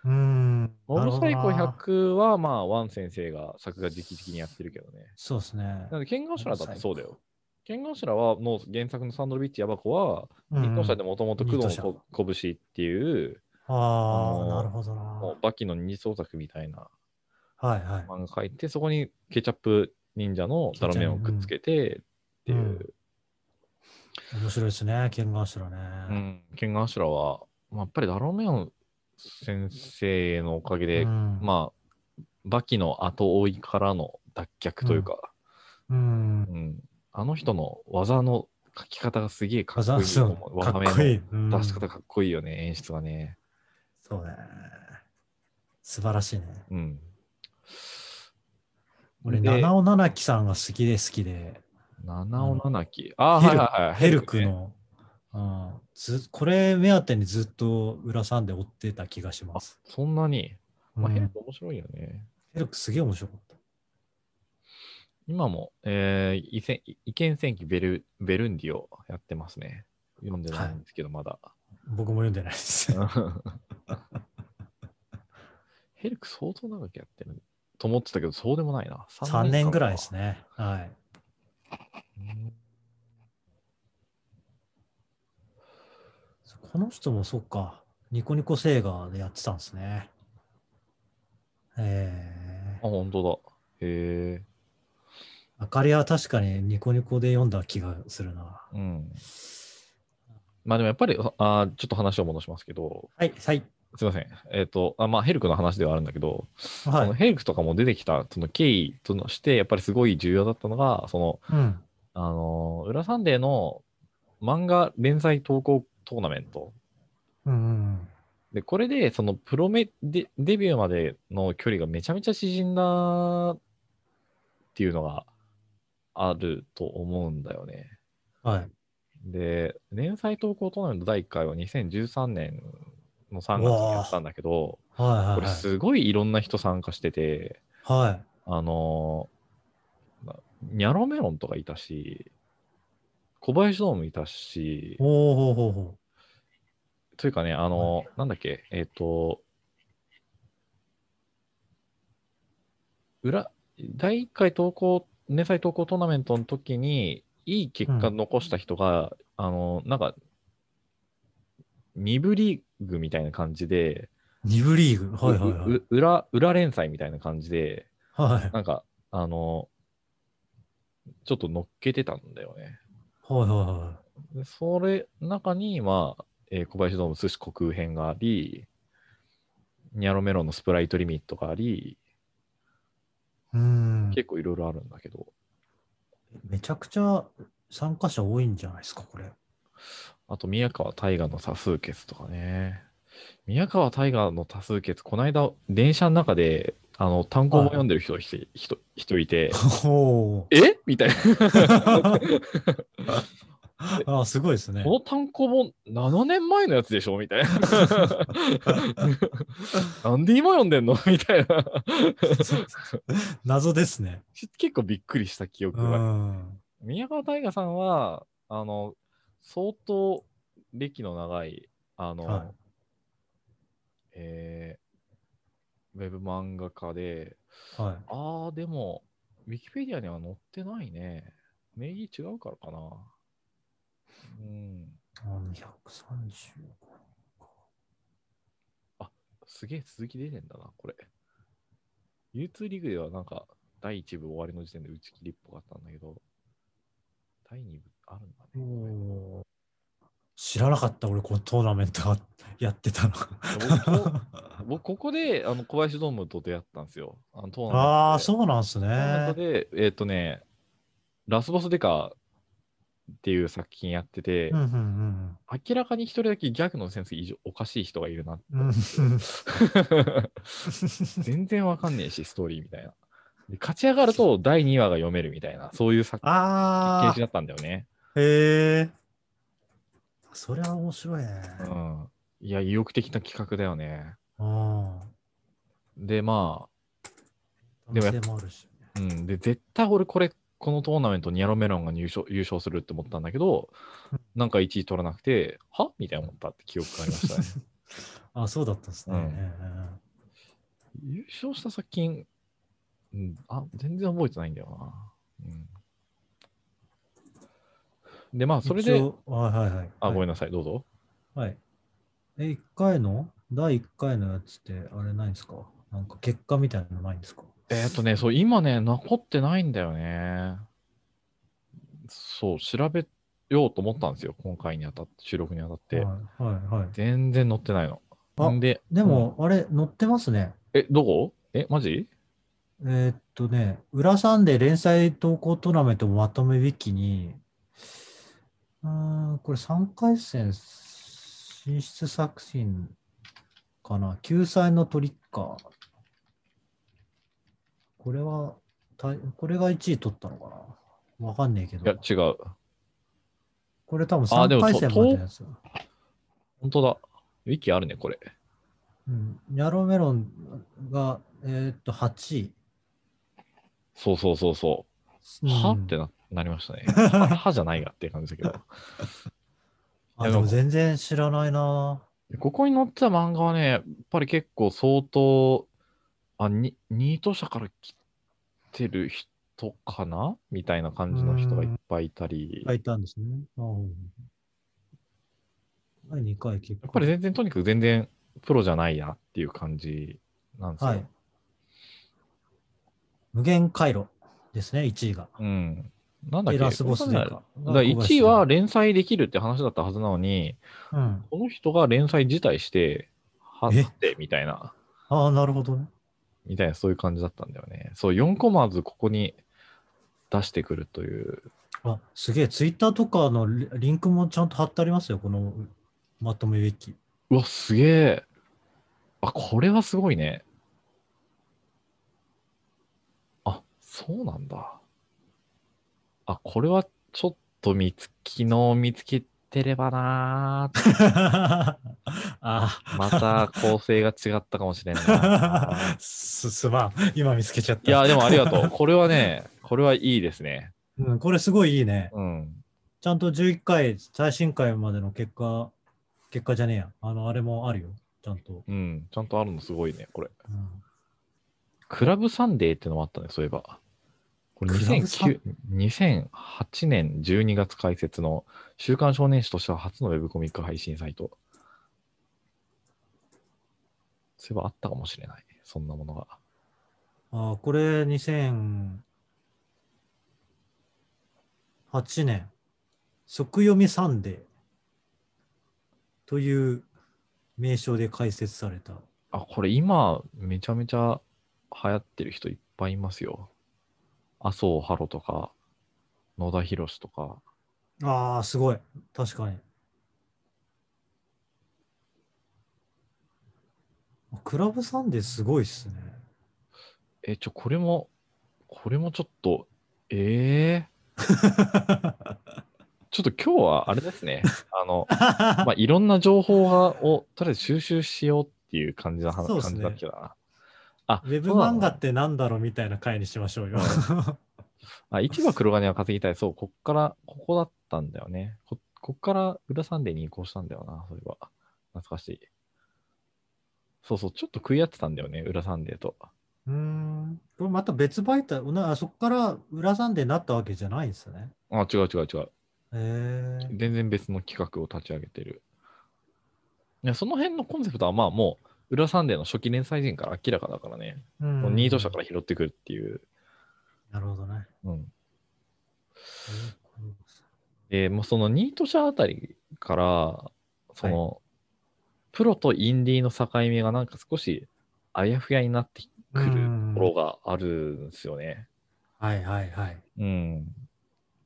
S2: うーん。
S1: モブサイコ
S2: なるほどな
S1: 100は、まあ、ワン先生が作画直々にやってるけどね。
S2: そうですね。
S1: なんで、剣豪シュラだってそうだよ。剣豪シュラは、もう原作のサンドロビッチヤバコは、
S2: うん
S1: 日本社でもともと工
S2: ニート
S1: 藤
S2: 社
S1: のこ拳っていう、
S2: あ
S1: あの
S2: あ、
S1: ー
S2: なるほどな。
S1: もうバキの二次創作みたいな
S2: はいはい。
S1: 漫画書いて、そこにケチャップ忍者のザラメをくっつけてっていう。
S2: うん面白いですね、剣豪しらね。
S1: うん、ケンガーシュラは、まあ、やっぱりダロメオン先生のおかげで、
S2: うん
S1: まあ、バキの後追いからの脱却というか、
S2: うん
S1: う。んあの人の技の書き方がすげえか
S2: か
S1: っこいいと思う。
S2: かっ
S1: 技
S2: こい
S1: 名
S2: い。うん
S1: の出し方かっこいいよね、演出がね。
S2: そうね。素晴らしいね。
S1: うん。
S2: 俺、
S1: で
S2: 七尾七木さんが好きで好きで、
S1: 七尾七木。ああ、
S2: ヘ
S1: はい
S2: ル
S1: はいはい。
S2: ヘルク
S1: ね。
S2: の、うん、ずこれ目当てにずっと裏さんで追ってた気がし
S1: あ
S2: ます。
S1: そんなに。まあ、
S2: うん
S1: ヘ
S2: ヘ
S1: ルク面白いよね。
S2: ルクすげえ面白かった。
S1: 今も、えー、意見意見戦記ベルベルンディをやってますね。読んでないんですけど、ま だ。
S2: 僕も読んでない です。
S1: ヘルク相当長くやってると思ってたけど、そうでもないな。
S2: 3年ぐらいです
S1: ね。
S2: ね。はい。
S1: うん
S2: この人もそっか、ニコニコ星画でやってたんですね。え
S1: あ、本当だ。へえ。
S2: ー、あかりは確かにニコニコで読んだ気がするな。
S1: うん。まあでもやっぱり、あちょっと話を戻しますけど、
S2: はい、はい、
S1: すいません。えっ、とあ、まあヘルクの話ではあるんだけど、そ
S2: は
S1: の
S2: い。
S1: ヘルクとかも出てきたその経緯として、やっぱりすごい重要だったのが、その、
S2: うん。
S1: あのー、裏サンデーの漫画連載投稿トーナメント。
S2: うんうん
S1: で、これで、そのプロメデデビューまでの距離がめちゃめちゃ縮んだっていうのがあると思うんだよね。
S2: はい。
S1: で、連載投稿トーナメント第1回は2013年の3月にやったんだけど、
S2: はい
S1: こ
S2: はい
S1: れ
S2: はい。
S1: すごいいろんな人参加してて、
S2: はい。
S1: あのー、なニャロメロンとかいたし、小林ドームいたし、
S2: おおほうほうほ
S1: というかね、あの、なんだっけ、えっ、と、裏、第1回投稿、年祭投稿トーナメントの時に、いい結果残した人が、あの、なんか、2部リーグみたいな感じで、。
S2: う。二部リーグ。はいはいうはいう
S1: 裏、裏連載みたいな感じで、
S2: はい。
S1: なんか、あの、ちょっと乗っけてたんだよね。
S2: はいはいは
S1: でそれ中に、まあ、えー小林ドーム寿司虚空編があり、ニャロメロンのスプライトリミットがあり、
S2: い。うーん。
S1: 結構いろいろあるんだけど、
S2: めちゃくちゃ参加者多いんじゃないですか、これ。
S1: あと宮川大河の多数決とかね。宮川大河の多数決、この間、電車の中で、あの、単行本読んでる人が一人人人いて、
S2: おお。
S1: えみたいな。
S2: ああ、すごいですね。
S1: この単行本、7年前のやつでしょみたいな。 なんで今読んでんの みたいな。
S2: 謎ですね。
S1: 結構びっくりした記憶
S2: う
S1: がある
S2: ん。
S1: 宮川大河さんは、あの、相当歴の長い、あの、
S2: はい
S1: えーウェブ漫画家で、
S2: は
S1: あー、でも、ウィキペディアには載ってないね。名義違うからかな。うん。
S2: い。あの135
S1: すげえ続き出てんだな、これ。U2 リーグではなんか、第1部終わりの時点で打ち切りっぽかったんだけど、第2部あるんだね。
S2: おおー。知らなかった、俺、このトーナメントやってたの。
S1: 僕僕、ここであの小林ドームと出会ったんですよ。あのトーナメントで
S2: ああ、そうなんすね。
S1: トーナメン
S2: は
S1: トで、えっ、とね、ラスボスデカっていう作品やってて、
S2: うんうん
S1: 明らかに一人だけギャグのセンス異常おかしい人がいるなって。
S2: うんうん。うん
S1: 全然わかんねえし、ストーリーみたいな。で勝ち上がると第2話が読めるみたいな、そういう作品
S2: あ
S1: だったんだよね。
S2: あ、へえ。それは面白いね。
S1: うん。いや、意欲的な企画だよね。
S2: うん。
S1: で、まあ、でも
S2: でも
S1: やっ
S2: もあるし。
S1: うん、で絶対俺これこのトーナメントニャロメロンが入賞優勝するって思ったんだけどなんか1位取らなくてはみたいな思ったって記憶がありましたね
S2: あ、そうだったんですね。
S1: うん
S2: うん
S1: 優勝した作品、うん、あ全然覚えてないんだよな、うん、でまあそれで
S2: 一応はいはいはい。
S1: あごめん
S2: ん。
S1: なさいどうぞ
S2: はい。え、一回の第一回のやつってあれないんですかなんか結果みたいなのないんですか
S1: えっ、とねそう今ね残ってないんだよねそう調べようと思ったんですよ今回にあたって収録にあたって、
S2: はいはいはい。
S1: 全然載ってないの
S2: あ
S1: んで
S2: でも、あれ、載ってますね。
S1: え、どこえ、マジ
S2: えーっとね、裏サンデー連載投稿トーナメントまとめウィキに、うーん、これ3回戦進出作品かな。救済のトリッカー。これは、たこれが1位取ったのかな。わかんねえけ
S1: いや、
S2: ど。
S1: 違う。
S2: これ多分
S1: あで
S2: 3
S1: もと
S2: 回戦までのやつ。
S1: 本当だ。ウィキあるね、これ。
S2: うん。ニャロメロンが、えーっと、8位。
S1: そうそうそうそうう。は
S2: ん
S1: ってななりましたね。ははじゃないがっていう感じだけど。
S2: あ、でも全然知らないな。
S1: ここに載ってた漫画はね、やっぱり結構相当、あ、にニート社から来てる人かなみたいな感じの人がいっぱいいたり。
S2: 書いたんですね。ああ第2回結果。
S1: やっぱり全然、とにかく全然プロじゃないなっていう感じなんですよ。
S2: はい。無限回路ですね、1位が。
S1: うん。なんだっけ
S2: でラスボスデカ
S1: わかんないだから1位は連載できるって話だったはずなのに、
S2: うん。
S1: この人が連載辞退して、はっ
S2: え
S1: て、みたいな、
S2: ああ、なるほどね。
S1: みたいな、そういう感じだったんだよね。そう、4コマずここに出してくるという。
S2: あ、すげえ。ツイッターとかのリリンクもちゃんと貼ってありますよ、このまとめウィ キ。
S1: うわ、すげえ。あ、これはすごいね。あ、そうなんだ。あ、これはちょっと見つ、昨日見つけてればなー
S2: あ あ。
S1: また構成が違ったかもしれんな。
S2: す、すまん。今見つけちゃっ
S1: い
S2: た。
S1: や、でもありがとう。これはね、これはいいですね。
S2: うん、これすごいいいね。
S1: うん。
S2: ちゃんと11回、最新回までの結果、結果じゃねえや。あの、あれもあるよ。ちゃんと。
S1: うん。ちゃんとあるのすごいね、これ。
S2: うん
S1: クラブサンデーってのもあったね、そういえば。これ
S2: クラブサン
S1: 2009 2008年12月開設の週刊少年誌としては初のウェブコミック配信サイト。そういえばあったかもしれない。そんなものが。
S2: ああ、これ2008年、即読みサンデーという名称で開設された。
S1: あ、これ今、めちゃめちゃ流行ってる人いっぱいいますよ。麻生ハロとか、野田博とか。
S2: ああ、すごい。確かに。クラブサンデーすごいっすね。
S1: え、ちょ、これも、これもちょっと、ええちょっと今日はあれです ね。あの、まあ、いろんな情報がをとりあえず収集しようっていう感じの話、
S2: そうっす
S1: 感
S2: ね
S1: じだっけな。あ、
S2: ウェブ
S1: そうなの
S2: 漫画ってなんだろうみたいな回にしましょうよ。
S1: あ、市場黒金は稼ぎたい。そう、こっから、ここだったんだよね。こ、こっから裏サンデーに移行したんだよな、それは。懐かしい。そうそう、ちょっと食い合ってたんだよね、裏サンデーと。
S2: うーん。これまた別媒体、なあそこから裏サンデーになったわけじゃないんですね。
S1: あ、違う違う違う。
S2: へえ
S1: 全然別の企画を立ち上げてる。いや、その辺のコンセプトはまあもう、裏サンデーの初期連載陣から明らかだからね。もうニート社から拾ってくるっていう。
S2: なるほどね。
S1: うん。で、もうそのニート社あたりから、その、プロとインディーの境目がなんか少しあやふやになってくるところがあるんですよね。
S2: はいはいはい。
S1: うん。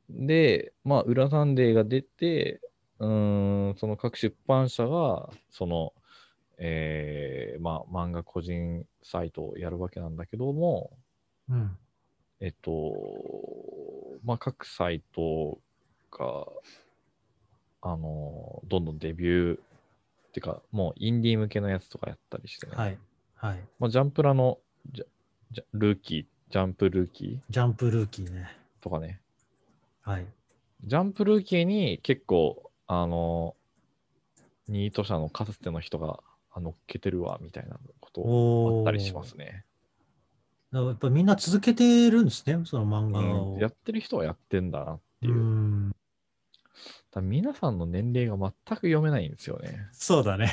S1: で、まあ、裏サンデーが出て、うーん、その各出版社が、その、えー、まあ、漫画個人サイトをやるわけなんだけども、
S2: うん。
S1: えっと、まあ、各サイトが、あの、どんどんデビュー、ってか、もうインディー向けのやつとかやったりしてね。
S2: はいはい。
S1: まあ、ジャンプラのジャジャルーキー、ジャンプルーキ
S2: ジャンプルーキーね。
S1: ーとかね。
S2: はい。
S1: ジャンプルーキーに結構、あの、ニート社のかつての人があ乗っけてるわ、みたいなことを
S2: お
S1: あ
S2: お。
S1: ったりしますね。
S2: だからやっぱみんな続けてるんですね、その漫画
S1: うん
S2: を。
S1: やってる人はやってんだなっていうう。
S2: ん
S1: ただ皆さんの年齢が全く読めないんですよね。
S2: そうだね。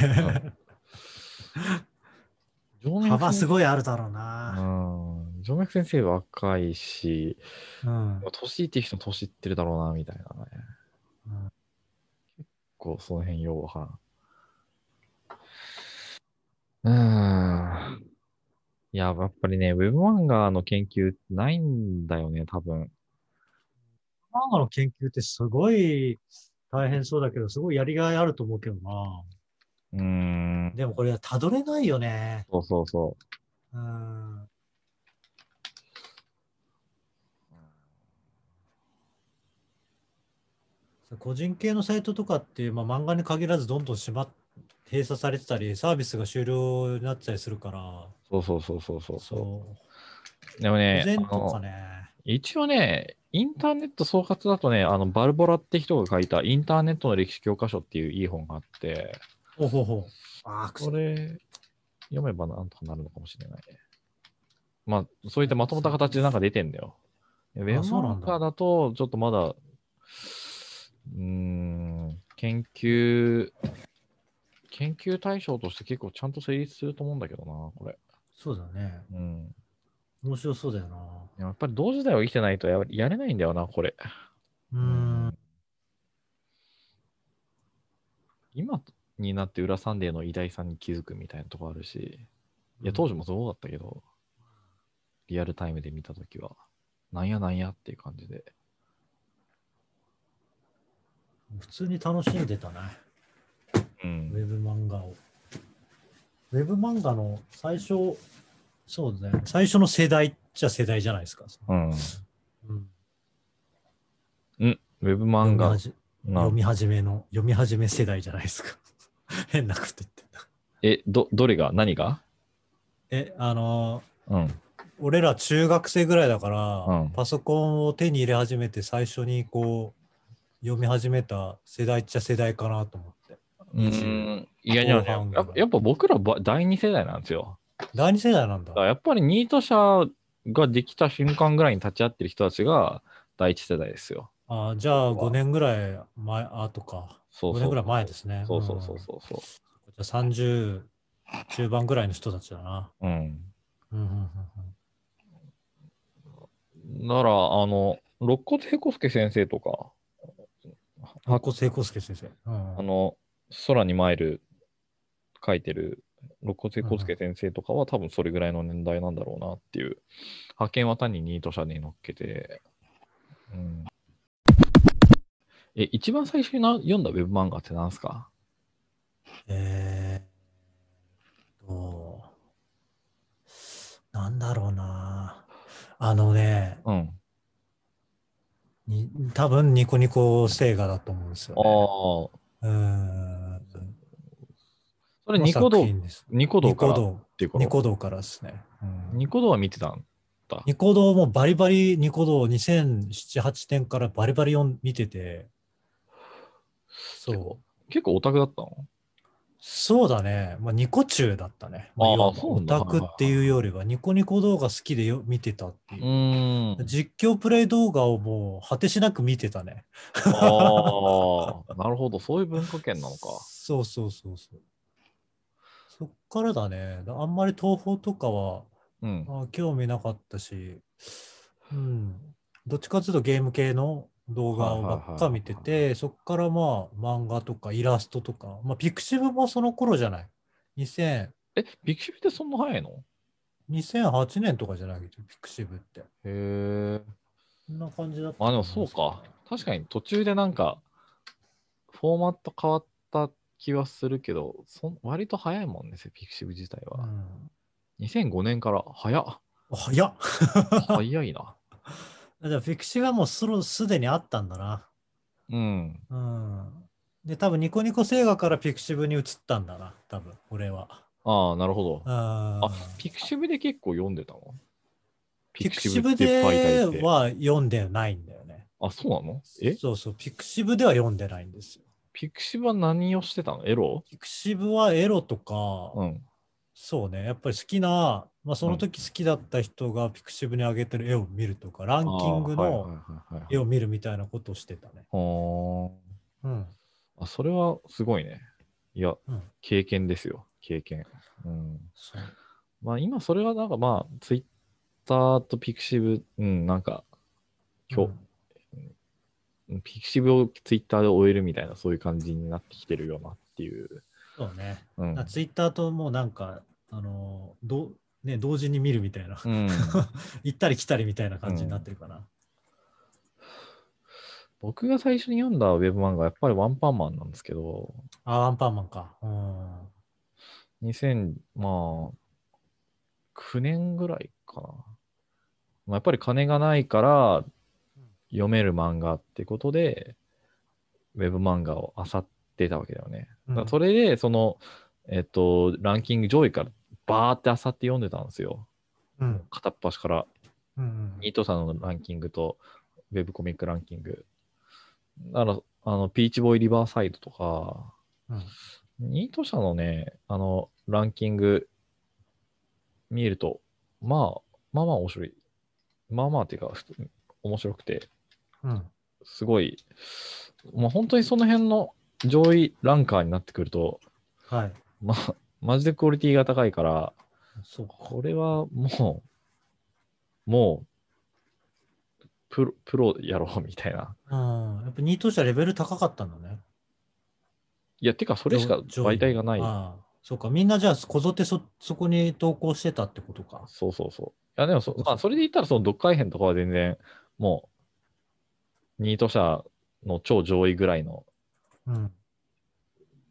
S2: 幅す
S1: い。
S2: ごいあるだろう
S1: う
S2: な。
S1: ん。静脈先生若いし、
S2: うん。
S1: 年いってる人年いってるだろうな、みたいなね。
S2: うん
S1: こう、その辺ようわからん。うーん。いや、やっぱりね、ウェブ漫画の研究ってないんだよね、多分。
S2: 漫画の研究ってすごい大変そうだけど、すごいやりがいあると思うけどな。
S1: うーん。
S2: でもこれ、たどれないよね。
S1: そうそうそ
S2: うん。個人系のサイトとかって、まあ、漫画に限らずどんどん閉まっ閉鎖されてたり、サービスが終了になってたりするから、
S1: う。そうそうそうそうそ。
S2: そう
S1: でも
S2: う、
S1: ね
S2: 保、全
S1: あ
S2: と
S1: の
S2: かね。
S1: 一応ね、インターネット総括だとね、あの、バルボラって人が書いたインターネットの歴史教科書っていういい本があって、
S2: ほうほうほう。ああ、くそ
S1: これ、読めばなんとかなるのかもしれないね。まあ、そういったまとまった形でなんか出てんだよ。ウェブ
S2: そうな
S1: マン
S2: んだ
S1: カーだと、ちょっとまだ、うーん、研究、研究対象として結構ちゃんと成立すると思うんだけどな、これ。
S2: そうだね。
S1: うん。
S2: 面白そうだよ
S1: でもやっぱり同時代を生きてないとややれないんだよな、これ。
S2: な。うん。
S1: 今になって裏サンデーの偉大さに気づくみたいなとこあるし、いや、当時もすごかったけど、リアルタイムで見たときは、なんやなんやっていう感じで。
S2: 普通に楽しんでたね、
S1: う
S2: ウ
S1: ん。
S2: ェブ漫画を。ウェブ漫画の最初、そうだね、最初の世代っちゃ世代じゃないですか。
S1: うん。
S2: うん、
S1: ウェブ漫画
S2: 読
S1: が
S2: み始読、み始めの、読み始め世代じゃないですか。 変なこと言ってた。
S1: え、ど、どれが何が
S2: え、あの
S1: うん。
S2: ー俺ら中学生ぐらいだから、
S1: うん
S2: パソコンを手に入れ始めて最初にこう、読み始めた世代っちゃ世代かなと思って。
S1: う
S2: 20
S1: ん。いやいや、
S2: 後半
S1: やっぱやっぱ僕らば第二世代なんですよ。
S2: 第二世代なんだ
S1: だか。らやっぱりニート社ができた瞬間ぐらいに立ち会ってる人たちが第一世代ですよ。
S2: あーじゃあ5年ぐらい前、あとか。
S1: そう
S2: 5
S1: そう。
S2: 年ぐらい前ですね。
S1: そうそうそ
S2: ん
S1: うそうそ
S2: じゃあ30中盤ぐらいの人たちだな。
S1: う。うん。
S2: うんうんうんうん
S1: だから、あの、肋骨平子介先生とか、
S2: 白骨聖光介先生。うん
S1: あの、空に参る書いてる肋骨平子介先生とかは多分それぐらいの年代なんだろうなっていう。派遣は単にニート社に乗っけて。うん。え、一番最初にな読んだウェブ漫画って何すか
S2: えーっと、なんだろうな。あのね、
S1: うん。
S2: に多分ニコニコセガだと思うんですよ、
S1: ああ。
S2: ね。うーん。
S1: それニコ動
S2: 作、品です
S1: ニコ動
S2: ニ
S1: か
S2: コ
S1: らっ
S2: 動。
S1: ていうこ
S2: ニ
S1: と
S2: コ動からですね。うん
S1: ニコ動は見てたんだ。
S2: ニコ動もバリバリニコ動2007、8点からバリバリ読ん見てて、そう。
S1: 結構オタクだったの
S2: そうだね。まあ、ニコ中だったね。ま
S1: あー
S2: 要は
S1: そうな
S2: オ
S1: んだ
S2: タクっていうよりは、ニコニコ動画好きでよ見てたっていうう。
S1: ーん。
S2: 実況プレイ動画をもう果てしなく見てたね。
S1: ああ、なるほど。そういう文化圏なのか。
S2: そうそうそうそう。そっからだね。あんまり東宝とかは
S1: うん。
S2: あ興味なかったし、うん。どっちかというとゲーム系の動画をばっか見て
S1: はいはいはい
S2: て、そっからまあ漫画とかイラストとか、まあピクシブもその頃じゃない。2000
S1: え、ビクシブってそんな早いの
S2: 2008年とかじゃないけど、ピクシブって。
S1: へえ。
S2: こんな感じだった
S1: まあでもそうか。確かに途中でなんか、フォーマット変わった気はするけど、そん割と早いもんね、ピクシブ自体
S2: う
S1: は。
S2: ん。
S1: 2005年から早っ。
S2: 早っ
S1: 早いな。
S2: じゃあ、フィクシブはもうすろすでにあったんだな。
S1: うん。
S2: うん。で、多分ニコニコセガからピクシブに移ったんだな、多分俺は。
S1: ああ、なるほど。
S2: あ
S1: あ、ピクシブで結構読んでたの
S2: ピクシブで
S1: って
S2: は読んでないんだよね。
S1: あ、そうなのえ
S2: そうそう、ピクシブでは読んでないんですよ。
S1: ピクシブは何をしてたのエロ
S2: ピクシブはエロとか、
S1: うん。
S2: そうね、やっぱり好きな、まあ、その時好きだった人がピクシブに上げてる絵を見るとか、ランキング
S1: あーはいはい
S2: の
S1: はいはい
S2: 絵を見るみたいなことをしてたね。
S1: ほ
S2: うん。
S1: ーんあ、それはすごいね。いや、
S2: うん
S1: 経験ですよ、経験。うん、
S2: そう
S1: まあ今、それはなんかまあ、ツイッターとピクシブ、うん、なんか、今日、ピクシブをツイッターで終えるみたいな、そういう感じになってきてるよなっていう。
S2: そうね。
S1: うん。
S2: ツイッターともうなんか、あのーどうね、同時に見るみたいな、
S1: うん、
S2: 行ったり来たりみたいな感じになってるかな。
S1: 僕が最初に読んだウェブ漫画はやっぱりワンパンマンなんですけど、
S2: あ、アンパンマンか。うん。
S1: 2000、まあ、9年ぐらいかな。まあ、やっぱり金がないから読める漫画ってことで、ウェブ漫画を漁ってたわけだよね。
S2: うん
S1: だからそれで、その、えっと、ランキング上位からバーって漁って読んでたんですよ。
S2: うん。
S1: 片っ端から
S2: うん
S1: ニートさんのランキングとウェブコミックランキング。だから、あの、ピーチボーイリバーサイドとか、
S2: うん。
S1: ニート社のね、あの、ランキング見ると、まあ、まあまあ面白い。まあまあっていうか、普通に面白くて、
S2: うん。
S1: すごい、まあ本当にその辺の上位ランカーになってくると、
S2: はい。
S1: まあ、マジでクオリティが高いから、
S2: そうか。
S1: これはもう、もう、プロ、プロやろうみたいな。
S2: うん。やっぱニート社レベル高かったんだね。
S1: いや、てか、それしか
S2: 上位
S1: 媒体がない。
S2: ああそうか。みんなじゃあ、こぞってそ、そこに投稿してたってことか。
S1: そうそうそう。いや、でもそ、まあ、それで言ったら、その読解編とかは全然、もう、ニート社の超上位ぐらいの
S2: うん。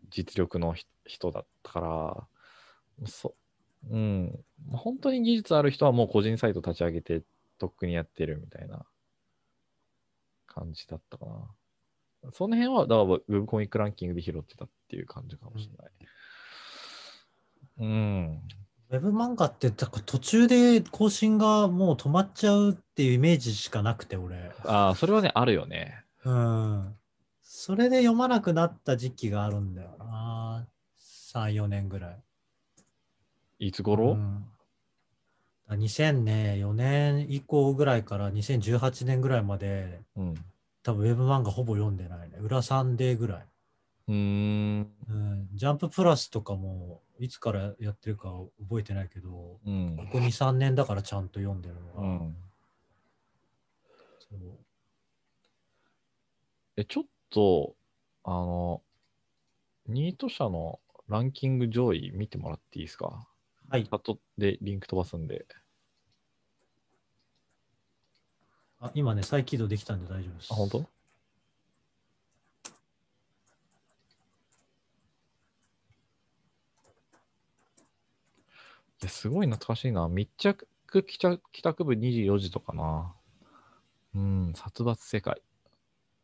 S1: 実力のひ人だったから、そうん、本当に技術ある人はもう個人サイト立ち上げて、とっくにやってるみたいな感じだったかな。その辺は、だからウェブコミックランキングで拾ってたっていう感じかもしれない。うん。
S2: ウェブ漫画って、だから途中で更新がもう止まっちゃうっていうイメージしかなくて、俺。
S1: ああ、それはね、あるよね。
S2: うん。それで読まなくなった時期があるんだよな。3、4年ぐらい。
S1: いつ頃、
S2: うん、2004年以降ぐらいから2018年ぐらいまで、
S1: うん、う
S2: 多分ウェブ漫画ほぼ読んでないね。裏サンデーぐらい。
S1: ーん。
S2: うん、ジャンププラスとかも、いつからやってるか覚えてないけど、こ
S1: うん。
S2: こ2、3年だからちゃんと読んでるの
S1: う
S2: が。
S1: ん、
S2: そう
S1: え、ちょっと、あの、ニート社のランキング上位見てもらっていいですか
S2: はい。
S1: チャットでリンク飛ばすんで。
S2: あ今ね、再起動できたんで大丈夫です。
S1: あ、本当？いや、すごい懐かしいな。密着帰宅帰宅部24時とかな。うん、殺伐世界。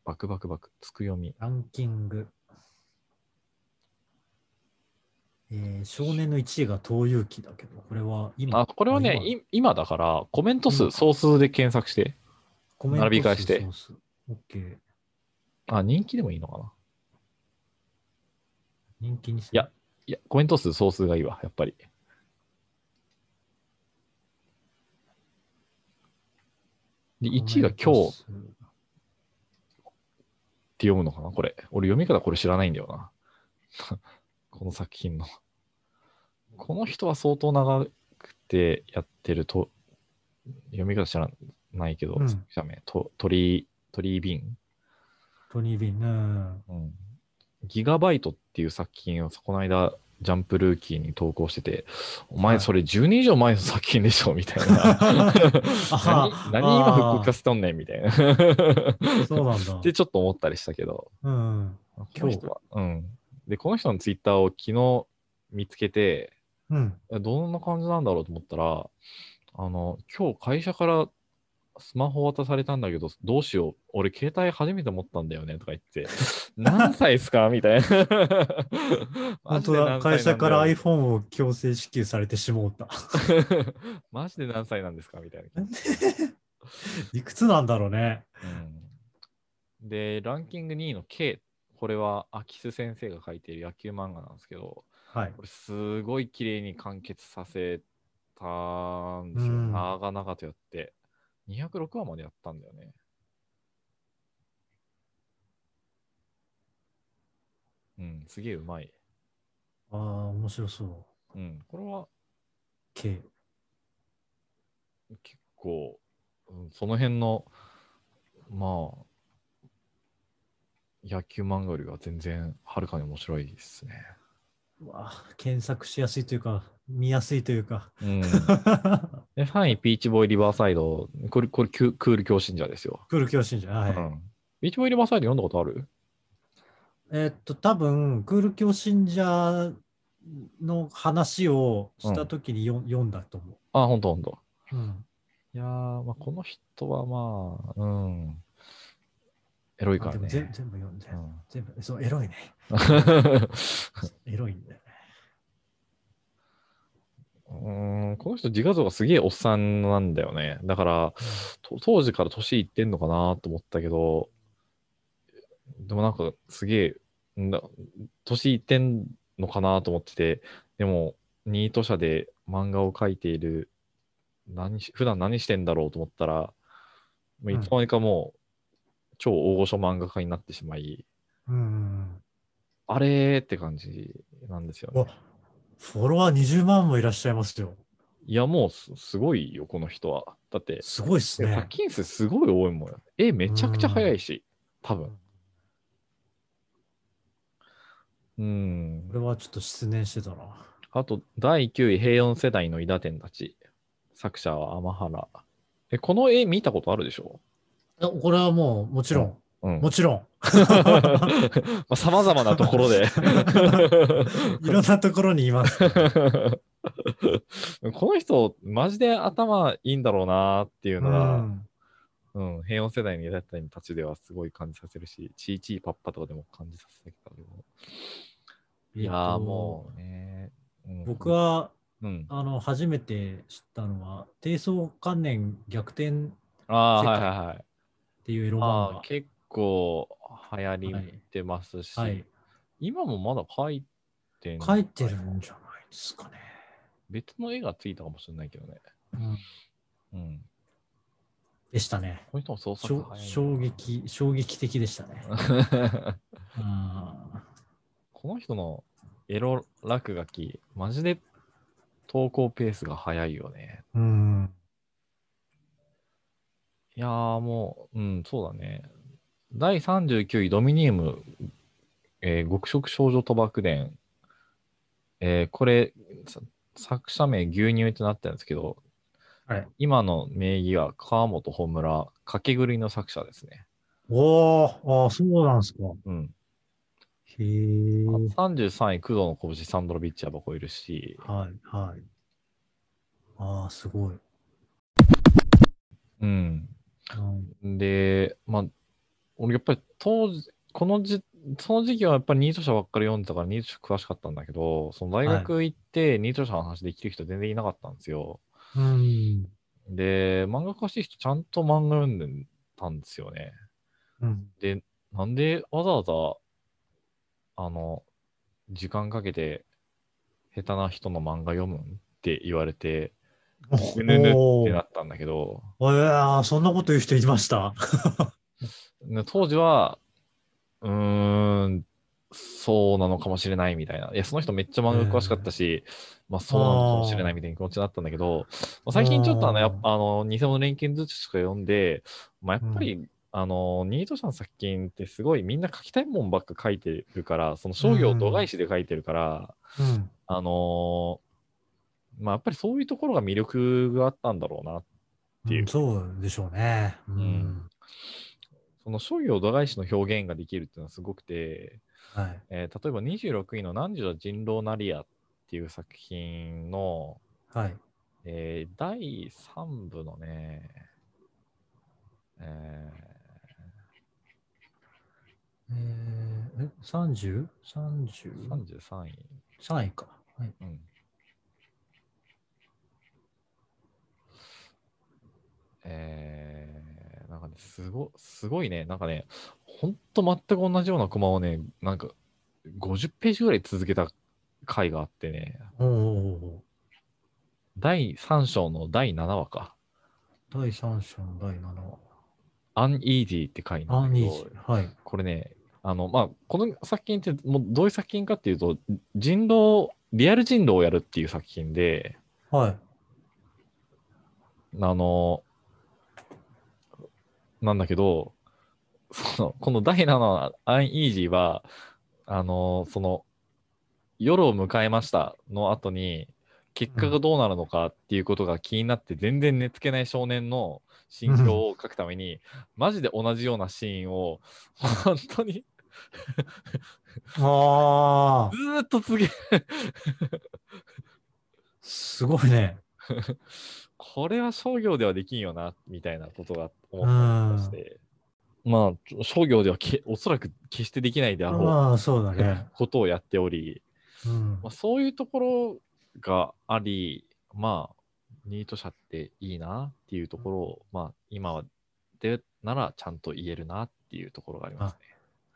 S1: バクバクバク、つく読み。
S2: ランキング。えー少年の1位が東遊記だけど、これは今、
S1: あ、これはね、
S2: 今
S1: い今だから、コメント数、
S2: 今
S1: 総数で検索して。
S2: コメント数
S1: 並び替えして
S2: そうそう OK。
S1: あ、人気でもいいのかな。
S2: 人気にす
S1: い
S2: る
S1: やいや、コメント数、総数がいいわ、やっぱり。で、1位が今日っ。
S2: コメント数
S1: て読むのかな、これ。俺、読み方これ知らないんだよな。 この作品の。この人は相当長くてやってると、読み方知らないけど、
S2: うん
S1: 作者名、と鳥、鳥ビン。
S2: トニー・ビン。 うん。
S1: うんギガバイトっていう作品をこの間、ジャンプルーキーに投稿してて、お前
S2: はい
S1: それ10年以上前の作品でしょみたい な。何何今復刻させとんねんみたいな。
S2: そうなんだ。
S1: で、ちょっと思ったりしたけど、
S2: うん。
S1: こ
S2: 今
S1: の
S2: 日
S1: 人は。うん。で、この人のツイッターを昨日見つけて、
S2: うん。
S1: どんな感じなんだろうと思ったら、あの、今日会社からスマホ渡されたんだけど、どうしよう。俺、携帯初めて持ったんだよねとか言 って、何歳ですかみたいな。
S2: 本当だ。会社から
S1: iPhone。
S2: iPhone を強制支給されてしもうた。
S1: マジで何歳なんですかみたいな。
S2: いくつなんだろうね。
S1: うんで、ランキング2位の K。これは、アキス先生が書いている野球漫画なんですけど、
S2: はい。
S1: これすごい綺麗に完結させたんですよ。
S2: うん
S1: 長々とやって。206話までやったんだよね。うん、すげえうまい。
S2: ああ、面白そう。
S1: うん、これは
S2: K。
S1: 結構、うん、その辺の、まあ、野球漫画よりは全然はるかに面白いですね。
S2: うわあ検索しやすいというか、見やすいというか。
S1: うん、
S2: ク
S1: で3位、ピーチボーイリバーサイド。これ、これキュクール強信者ですよ。
S2: ール教師じゃん。はい。
S1: うんビーチボーイリバーサイド読んだことある
S2: えーっと、多分、クール教信者の話をしたときによ、読んだと思
S1: あ、ほんとほんと。
S2: う。うん。
S1: いやー、まあ、この人はまあ、うん。エロいか
S2: あで
S1: ら
S2: も
S1: ね。
S2: 全全部読んで、
S1: うん
S2: 全部、そう、エロいね。 エロいんだよね。
S1: うーんこの人自画像がすげえおっさんなんだよね。だから、と当時から年いってんのかなと思ったけど、でもなんかすげえ、な年いってんのかなと思ってて、でも、ニート社で漫画を描いている、何し普段何してんだろうと思ったら、もういつの間にかもう、超大御所漫画家になってしまい、
S2: うん。
S1: あれーって感じなんですよ
S2: う
S1: ね
S2: わ。フォロワー20万もいらっしゃいますよ。
S1: いや、もうすすごいよ、この人は。だって、
S2: すごいっす
S1: 課
S2: ね。
S1: 金数すごい多いもん。絵めちゃくちゃ早いし、多分。うん
S2: こ。れはちょっと失念してたな。
S1: あと、第9位、平穏世代の伊田天たち。作者は天原。え、この絵見たことあるでしょ
S2: いやこれはもう、もちろん、
S1: うん
S2: も。ちろん、
S1: さ まざまなところ で。
S2: いろんなところにいます。
S1: この人、マジで頭いいんだろうなっていううのが、
S2: ん、
S1: うん平穏世代に出た人たちではすごい感じさせるし、チーチーパッパとかでも感じさせてたけど。いやー、もうね、うん
S2: う僕、は
S1: うん、
S2: あの初めて知ったのは「低層観念逆転」っ
S1: ああー、
S2: 世
S1: はい
S2: 界
S1: はいはい。
S2: ていうエロ
S1: あ
S2: 漫
S1: ー結構流行りてますし、
S2: 画、はい、
S1: 今もまだ書いてん
S2: 書いてるんじゃないですかね。
S1: 別の絵がついたかもしれないけどね。
S2: うん
S1: うん。
S2: でしたね。
S1: この人も創
S2: し
S1: 作
S2: ょ
S1: 早いな
S2: 衝。撃、衝撃的でしたね。うん
S1: この人のエロ落書き、マジで投稿ペースが早いよね。
S2: うん。
S1: いやーもう、うん、そうだね。第39位、ドミニウム、えー極色少女賭博伝。えーこれ、さ作者名牛乳ってなってるんですけど、
S2: はい
S1: 今の名義は川本本村、掛け狂いの作者ですね。
S2: おー、あーそうなんですか。
S1: うん。
S2: へえ。
S1: 33位、工藤の拳、サンドロビッチ・アバコいるし、
S2: はい、はい。ああ、すごい。
S1: うん。
S2: うん
S1: で、まあ、俺やっぱり当時、このじ、その時期はやっぱりニート社ばっかり読んでたからニート社詳しかったんだけど、その大学行ってニート社の話できる人全然いなかったんですよ。
S2: うん。
S1: で、漫画詳しい人ちゃんと漫画読んでたんですよね。
S2: うん。
S1: で、なんでわざわざ、あの、時間かけて下手な人の漫画読むんって言われて、うぬぬっ
S2: お
S1: てな
S2: ー
S1: ったんだけど、
S2: あーそんなこと言う人いました。
S1: ね当時は、うーん、そうなのかもしれないみたいな。いや、その人めっちゃ漫画詳しかったし、まあそうなのかもしれないみたいな気持ちになったんだけど、まあ最近ちょっとあの、
S2: あー
S1: やっぱあの、偽物錬金術師とか読んで、まあやっぱり、あの、ニート社の作品ってすごいみんな書きたいもんばっか書いてるから、その商業を度外視で書いてるから、
S2: うん。
S1: あのーまあやっぱりそういうところが魅力があったんだろうなっていう
S2: うんそうでしょうね。うんん。
S1: その商業度外視の表現ができるっていうのはすごくて、
S2: はい。
S1: えー例えば26位の「何時の人狼なりや」っていう作品の、
S2: はい。
S1: えー第3部のね、え
S2: えー、え
S1: ー
S2: 30? 30?
S1: 33位、
S2: 3位か。はい。
S1: うんえーなんかねすごすごいねなんかねほんと全く同じようなコマをねなんか50ページぐらい続けた回があってね
S2: おーお
S1: 第3章の第7話か
S2: ーおー第3章の第7話。
S1: 「アンイージー」って回な
S2: あ、
S1: んだけ
S2: 2
S1: ど
S2: 時。はい。
S1: これね、あの、まあ、この作品って、もうどういう作品かっていうと、人狼、リアル人狼をやるっていう作品で、
S2: はい。
S1: あの、なんだけど、その、この第7話、アンイージーは、あの、その、夜を迎えましたの後に、結果がどうなるのかっていうことが気になって、全然寝つけない少年の心境を書くために、マジで同じようなシーンを、本当に
S2: ああ
S1: ず、ーっと続け
S2: すごいね。
S1: これは商業ではできんよな、みたいなことが思ったりとかして。まあ、商業ではけおそらく決してできないであろ
S2: まあ、そうだ
S1: う、
S2: ね。
S1: ことをやっており、
S2: うん
S1: まあ、そういうところがあり、まあ、ニート社っていいなっていうところを、まあ、今はでならちゃんと言えるなっていうところがありますね。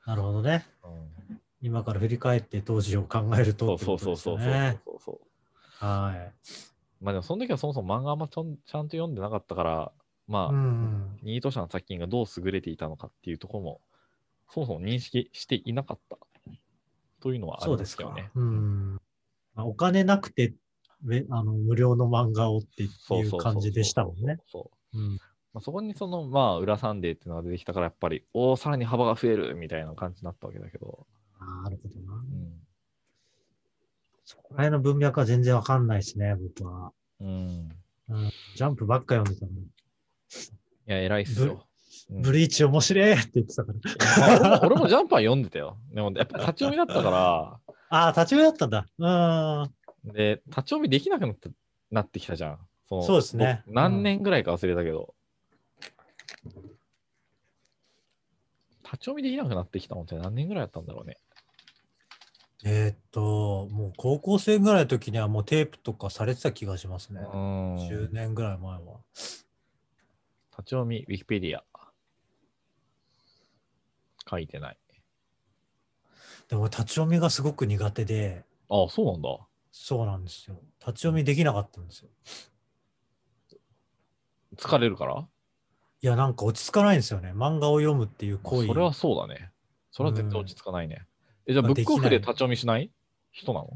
S2: なるほどね。
S1: うん
S2: 今から振り返って当時を考える
S1: そ
S2: と
S1: うそうそうそうそう
S2: ってことですよね
S1: そうそう。
S2: は
S1: まあでもその時はそもそも漫画あんまちゃんちゃんと読んでなかったから、
S2: い。
S1: まあ、
S2: うん。
S1: ニート社の作品がどう優れていたのかっていうところも、そもそも認識していなかったというのはあ
S2: そう
S1: るん
S2: で
S1: ですす
S2: か
S1: よね。。
S2: うん。まあお金なくて、めあの無料の漫画をってい
S1: そうそううそう
S2: 感じでしたもんね。。
S1: そう
S2: うん。
S1: まあ、そこにその、まあ、裏サンデーっていうのが出てきたから、やっぱり、おお、さらに幅が増えるみたいな感じになったわけだけど、
S2: あーなるほどな
S1: う。ん。
S2: そこら辺の文脈は全然わかんないですね、僕は。
S1: うん、
S2: うんジャンプばっか読んでたのに。
S1: いや、偉いっすよ。うん
S2: ブリーチ面白えって言ってたから。
S1: まあ俺も俺もジャンパー読んでたよ。でもやっぱ立ち読みだったか
S2: ああ、立ち上がったんだ。うーん。
S1: ら、で、立ち読みできなくなったなってきたじゃん。その
S2: そうですね
S1: 僕何年ぐらいか忘れたけど。立ち読みできなくなってきたのって何年ぐらいだったんだろうね。
S2: えーっと、もう高校生ぐらいの時にはもうテープとかされてた気がしますね。
S1: うん。
S2: 10
S1: 立ち
S2: 年ぐらい前は。
S1: 読み、ウィキペディア。書いてない。
S2: でも俺立ち読みがすごく苦手で、
S1: ああ、そうなんだ。
S2: そうなんですよ。立ち読みできなかったんですよ。
S1: 疲れるから
S2: いや、なんか落ち着かないんですよね。漫画を読むっていう
S1: まあ
S2: 行為。
S1: それはそうだね。それは絶対落ち着かないね。え、じゃあ、
S2: まあ
S1: ブックオフ
S2: で
S1: で
S2: き
S1: 立
S2: ない
S1: ち読みしない人なの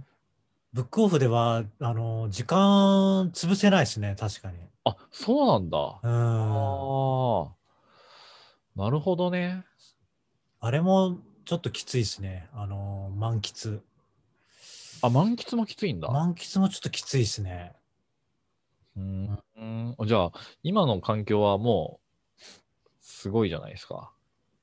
S2: ブックオフでは、あの、時間潰せないですね、確かに。
S1: あ、そうなんだ。
S2: う
S1: あ
S2: ーん。
S1: あ。なるほどね。
S2: あれもちょっときついですね。あの、満喫。
S1: あ、満喫もきついんだ。
S2: 満喫もちょっときついですね。
S1: うん。うんじゃあ、今の環境はもう、すごいじゃないですか。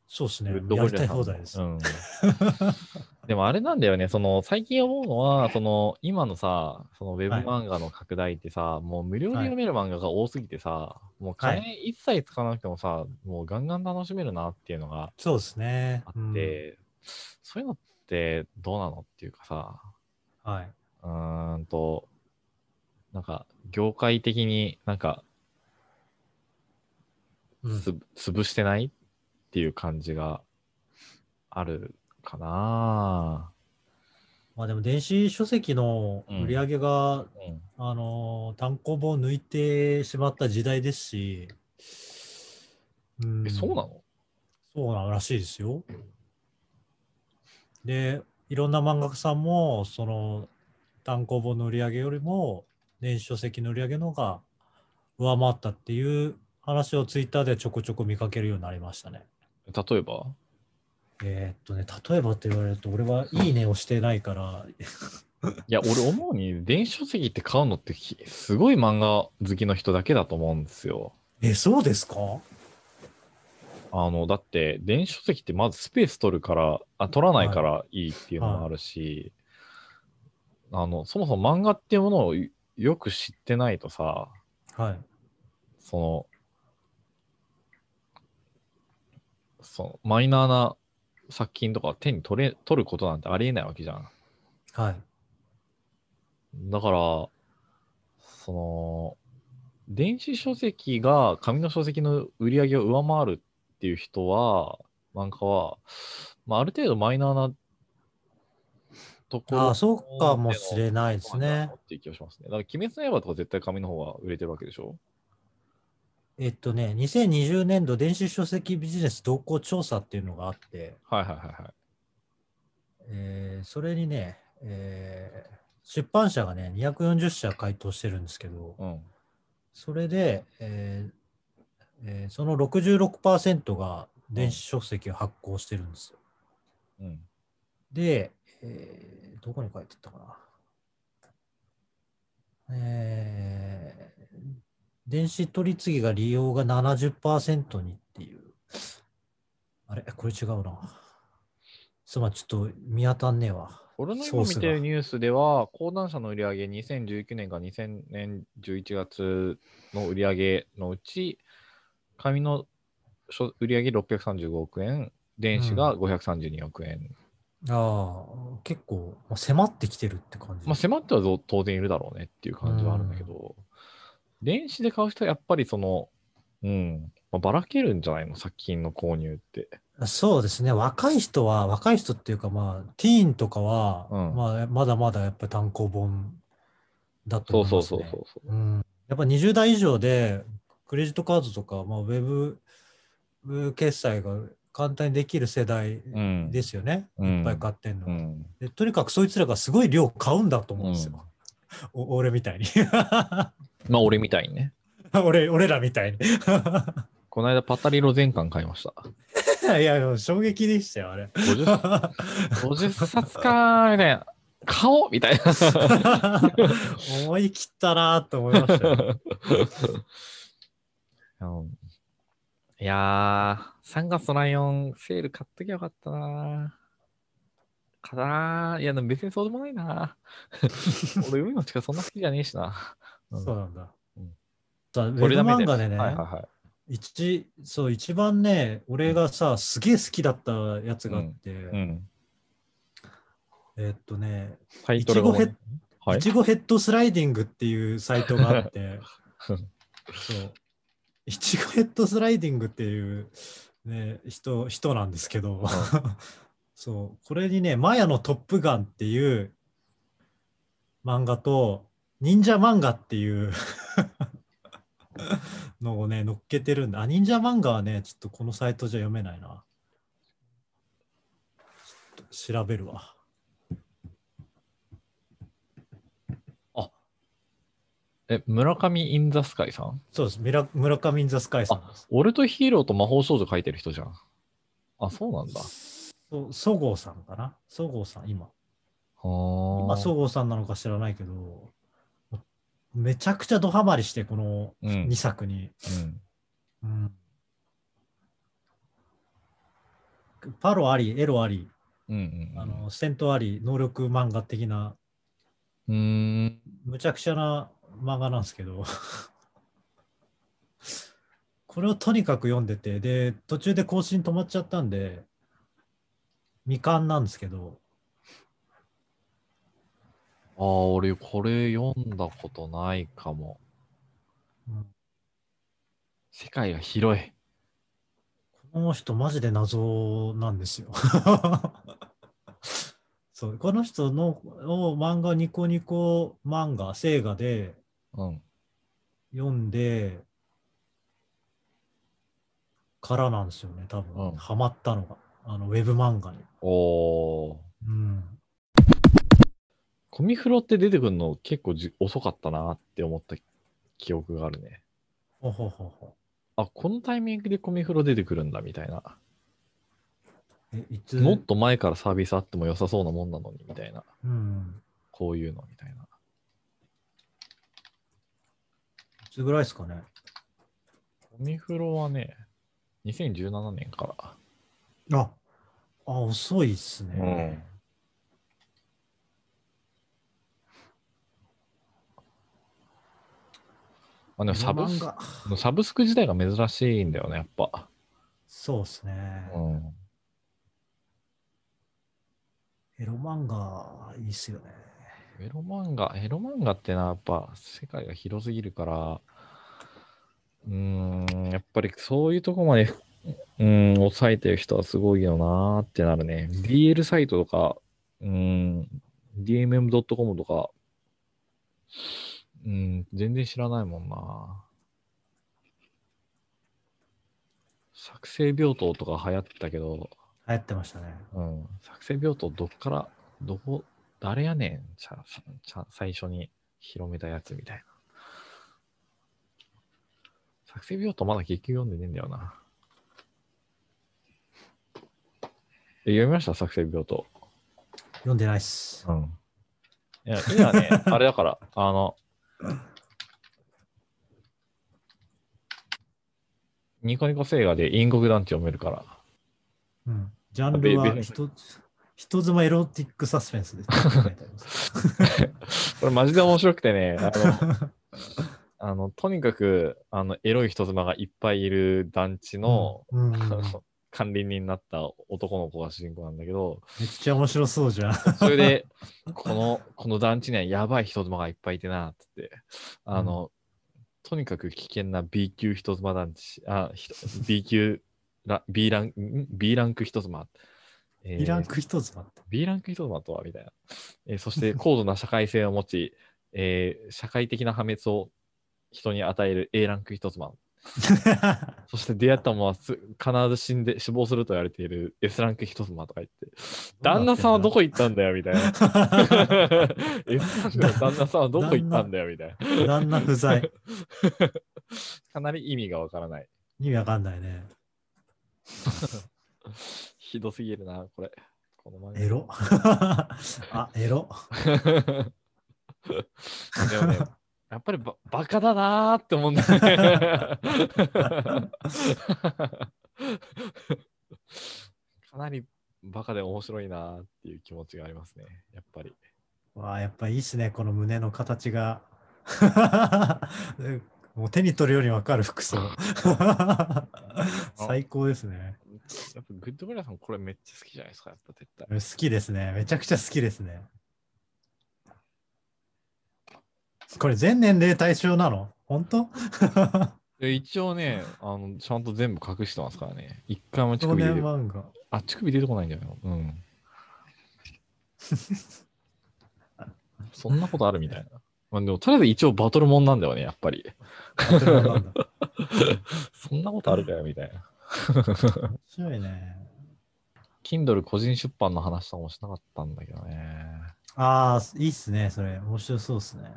S2: そうですね。
S1: どこ
S2: やりたい放題です。
S1: う、
S2: うん
S1: でもあれなんだよね、その最近思うのは、その今のさ、そのウェブ
S2: はい
S1: 漫画の拡大ってさ、もう無料で読める漫画が多すぎてさ、もう金一切使わなくてもさ、もうガンガン楽しめるなっていうのが
S2: そうですね。
S1: あって、
S2: うん
S1: そういうのってどうなのっていうかさ、
S2: はい。
S1: うーんと、なんか業界的になんか
S2: うん
S1: つ潰してないっていう感じがあるかな。
S2: まあでも電子書籍の売り上げが、
S1: うん
S2: あのー単行本を抜いてしまった時代ですし、うん
S1: え、そうなの
S2: そうなのらしいですよ。で、いろんな漫画家さんも、その単行本の売り上げよりも、電子書籍の売り上げの方が上回ったっていう話をツイッターでちょこちょこ見かけるようになりましたね。
S1: 例えば
S2: えーっとね、例えばって言われると、俺はいいねをしてないから、
S1: いや、俺思うに、電子書籍って買うのってひすごい漫画好きの人だけだと思うんですよ。
S2: え、そうですか
S1: あの、だって、電子書籍ってまずスペース取るから、あ取らないからいいっていうのもあるし、あの、そもそも漫画っていうものをよよく知ってないとさ、
S2: はい。
S1: その、そのマイナーな作品とか手に取れ取ることなんてありえないわけじゃん。
S2: はい。
S1: だから、その、電子書籍が紙の書籍の売り上げを上回るっていう人は、漫画は、まあ、ある程度マイナーなところ
S2: ああ、そうかもしれないですね。
S1: っていう気がしますね。だから、鬼滅の刃とか絶対紙の方が売れてるわけでしょ
S2: えっとね、2020年度電子書籍ビジネス動向調査っていうのがあって、
S1: はいはいはいはい。
S2: えーそれにね、えー出版社がね、240社回答してるんですけど、
S1: うん。
S2: それで、えーえーその66%が電子書籍を発行してるんですよ。
S1: うん。
S2: で、えーどこに書いてあったかな。えー電子取り次ぎが利用が70%にっていう。あれこれ違うな。すまん、ちょっと見当たんねえわ。
S1: 俺の
S2: ソー
S1: 今
S2: ス
S1: 見
S2: が
S1: てるニュースでは、講談社の売り上げ2019年から2000年11月の売り上げのうち、紙の書売り上げ635億円、電子が532億円。
S2: ああ、結構、まあ、迫ってきてるって感じ。
S1: まあ迫ってはぞ当然いるだろうねっていう感じはあるんだけど、電子で買う人はやっぱりその、うん、まあ、ばらけるんじゃないの作品の購入って。
S2: そうですね、若い人は、若い人っていうか、まあ、ティーンとかは、
S1: うん
S2: まあ、まだまだやっぱり単行本だと
S1: そう
S2: 思い
S1: そうそ
S2: ます、ね。
S1: うそうそう。
S2: うん、やっぱ20代以上でクレジットカードとか、まあ、ウェブウェブ決済が簡単にできる世代
S1: うん。
S2: ですよね、
S1: うん
S2: いっぱい買ってんの、
S1: うん。
S2: で。とにかくそいつらがすごい量買うんだと思うんですよ。お俺みたいに
S1: まあ俺みたいにね。
S2: 俺。俺らみたいに。
S1: この間パタリロ全巻買いました。
S2: いや、もう衝撃でしたよ、あれ。
S1: 50 50冊かーみたいな。買おうみたいな。
S2: 思い切ったなと思いましたよ。
S1: あの いやー、3月のライオン、セール買っときゃよかったなー。かなー。いや、でも別にそうでもないなー。 俺、海の近そんな好きじゃねえしな。 うん
S2: そうなんだ
S1: うん。
S2: さウェブ
S1: 取りだめ
S2: 漫画でね、
S1: はいはいはい。
S2: 一そう一番ね、俺がさ、すげえ好きだったやつがあって、
S1: うん。
S2: えっとね、
S1: タイ
S2: い
S1: ト
S2: ち
S1: ルが
S2: ご
S1: も
S2: ヘ
S1: う
S2: ッ
S1: はい
S2: いちごヘッドスライディングっていうサイトがあって、そう。いちごヘッドスライディングっていう、ね、人、人なんですけど、 そう、これにね、マヤのトップガンっていう漫画と、忍者漫画っていう のをね、乗っけてるんだ。あ、忍者漫画はね、ちょっとこのサイトじゃ読めないな。ちょっと調べるわ。
S1: え、村上インザスカイさん
S2: そうです。ミラ村上インザスカイさんです。
S1: 俺とヒーローと魔法少女書いてる人じゃん。あ、そうなんだ。
S2: そそごうさんかなそごうさん、今。
S1: あ
S2: 今、そごうさんなのか知らないけど、めちゃくちゃドハマりして、この
S1: うん。うん
S2: 2作に。うんパロあり、エロあり、
S1: うんうんうん。
S2: あの戦闘あり、能力漫画的な、
S1: うーん。
S2: むちゃくちゃな漫画なんですけど、 これをとにかく読んでて、で、途中で更新止まっちゃったんで、未完なんですけど、
S1: ああ、俺、これ読んだことないかも。
S2: うん
S1: 世界が広い。
S2: この人マジで謎なんです よ。そうこの人のを漫画ニコニコ漫画、聖画で
S1: うん。
S2: 読んでからなんですよね、多分、
S1: うん
S2: ハマったのが、あのウェブ漫画に。
S1: おー。
S2: うん、
S1: コミフロって出てくるの結構じ遅かったなって思った記憶があるね。
S2: ほほほほ
S1: あ、このタイミングでコミフロ出てくるんだみたいな。
S2: えいつ
S1: もっと前からサービスあっても良さそうなもんなのにみたいな。
S2: うん、
S1: こういうのみたいな。
S2: いつぐらいですかね。
S1: コミフロはね、2017年から。
S2: ああ、遅いっすね。
S1: うんまあでもサ
S2: ウェブ
S1: ブ
S2: 漫
S1: ス
S2: 画
S1: サブスク自体が珍しいんだよね、やっぱ。
S2: そうっすね。
S1: うん。
S2: エロ漫画、いいっすよね。
S1: エロ漫画、エロ漫画ってな、やっぱ世界が広すぎるから、うーん、やっぱりそういうとこまで、うん、抑えてる人はすごいよなーってなるね。DL サイトとか、うん、DMM.com とか、うん、全然知らないもんな。作成病棟とか流行ってたけど、
S2: 流行ってましたね。
S1: うん、作成病棟どっから、どこ、誰やねん、ちゃ、ちゃ、最初に広めたやつみたいな。作成病棟まだ結局読んでねえんだよな。え読みました作成病棟。
S2: 読んでないっす。
S1: うん。いや、今ね、 あれだから、あの、ニコニコ星画で陰国団地読めるから。
S2: うん、ジャンル
S1: べ
S2: は
S1: べ
S2: 人人妻エロティックサスペンスですって書いてあります。
S1: これマジで面白くてね、あ の、あのとにかく、あの、エロい人妻がいっぱいいる団地 の、
S2: うんうん
S1: あ
S2: めっ
S1: の管理人になった男の子が主人公なんだけど、
S2: ちゃ面白そうじゃん。
S1: それ で、この、この団地にはやばい人妻がいっぱいいてな、つって、あの、とにかく危険な B 級人妻団地、あ、ひと B 級ラ、B ラン、ん B ランク人妻。えー
S2: イランク一つだって。
S1: B ランク人妻とはみたいな、えーそ して高度な社会性を持ち、えー社会的な破滅を人に与える A ランク人妻。そして出会ったものはす必ず死んで死亡すると言われている S ランク人妻とか言って、旦那さんはどこ行ったんだよみたい な。S ランクの旦那さんはどこ行ったんだよみ たいな。
S2: 旦那 不在。
S1: かなり意味がわからない。
S2: 意味わかんないね。
S1: ひどすぎるな、これ。この漫画
S2: エロ あ、エロ。
S1: でもね、やっぱりばバカだなーって思うんだよね。 かなりバカで面白いなーっていう気持ちがありますね、やっぱり。
S2: わあ、やっぱいいっすね、この胸の形が。 もう手に取るようにわかる 服装。 最高ですね。
S1: やっぱグッドブラさんこれめっちゃ好きじゃないですか、やっぱ絶対。
S2: 好きですね。めちゃくちゃ好きですね。これ全年齢対象なの本当
S1: で一応ねあの、ちゃんと全部隠してますからね。一回も乳
S2: 少
S1: 首出
S2: 年
S1: て
S2: 漫画。
S1: あ、乳首出てこないんだよ。うん。そんなことあるみたいな。まあでも、とりあえず一応バトルもんなんだよね、やっぱり。
S2: バトル漫画なんだ
S1: そんなことあるかよ、みたいな。
S2: 面白いね。
S1: Kindle 個人出版の話とかもしなかったんだけどね。
S2: ああ、いいっすね、それ。面白そうっすね。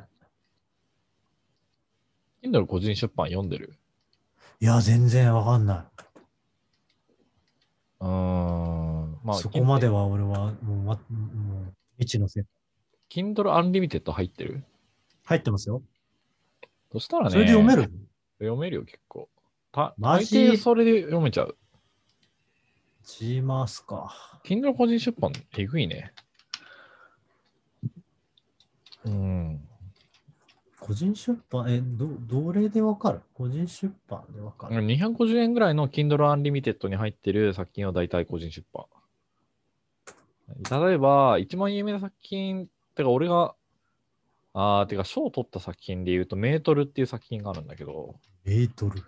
S1: Kindle 個人出版読んでる
S2: いや、全然わかんな
S1: うーん。
S2: い。
S1: まあ、
S2: そこまでは俺はもう、ま、もう未知のせ
S1: Kindle Unlimited 入ってる
S2: 入ってますよ。
S1: そしたらね。
S2: それで読める
S1: 読めるよ、結構。た
S2: マ
S1: 大
S2: ジ
S1: 抵それで読めちゃう。
S2: ちますか。
S1: Kindle 個人出版、えぐいね。うん。
S2: 個人出版、え、ど、どれでわかる個人出版でわかる。
S1: 250円ぐらいの Kindle Unlimited に入ってる作品は大体個人出版。例えば、一番有名な作品、てか俺が、あー、てか賞を取った作品で言うと、メートルっていう作品があるんだけど、
S2: メートル。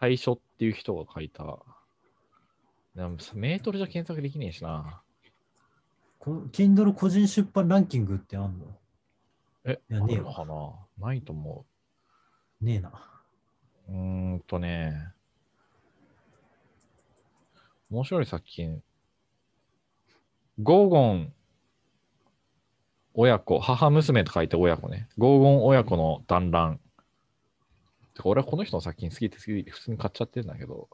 S1: 最初っていう人が書いた。なんかメートルじゃ検索できねえしな。
S2: こ Kindle 個人出版ランキングってあんの
S1: え、
S2: い
S1: あ
S2: やねえ
S1: る
S2: よ
S1: のかなないと思う。
S2: ねえな。
S1: うーんとね、面白い作品。ゴーゴン親子、母娘と書いて親子ね。ゴーゴン親子の団らん。てか俺はこの人の作品好きって好きで普通に買っちゃってるんだけど、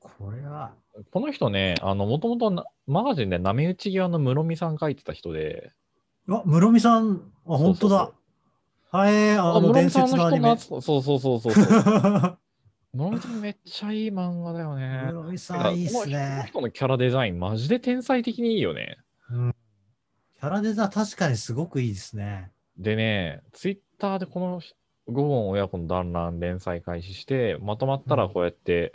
S2: これは、
S1: この人ね、あの、もともとマガジンで波打ち際の室見さん書いてた人で、
S2: うわ、室見さん、あ、本
S1: そ
S2: 当
S1: う
S2: だ
S1: そう。
S2: はい、あ
S1: あ、
S2: の、
S1: 室
S2: 伝
S1: 見さん
S2: 説の
S1: の
S2: アニ
S1: 人の
S2: メ
S1: や。つ、そうそうそうそうそう。室
S2: 室
S1: 見さんめっちゃいい漫画だよね。
S2: 見
S1: て
S2: さ
S1: か
S2: ん、いいっす
S1: この
S2: ね。
S1: 人のキャラデザイン、マジで天才的にいいよね。
S2: キャラデザ確かにすごくいいですね。
S1: でね、ツイッターでこのゴゴン親子の団らん連載開始して、まとまったらこうやって、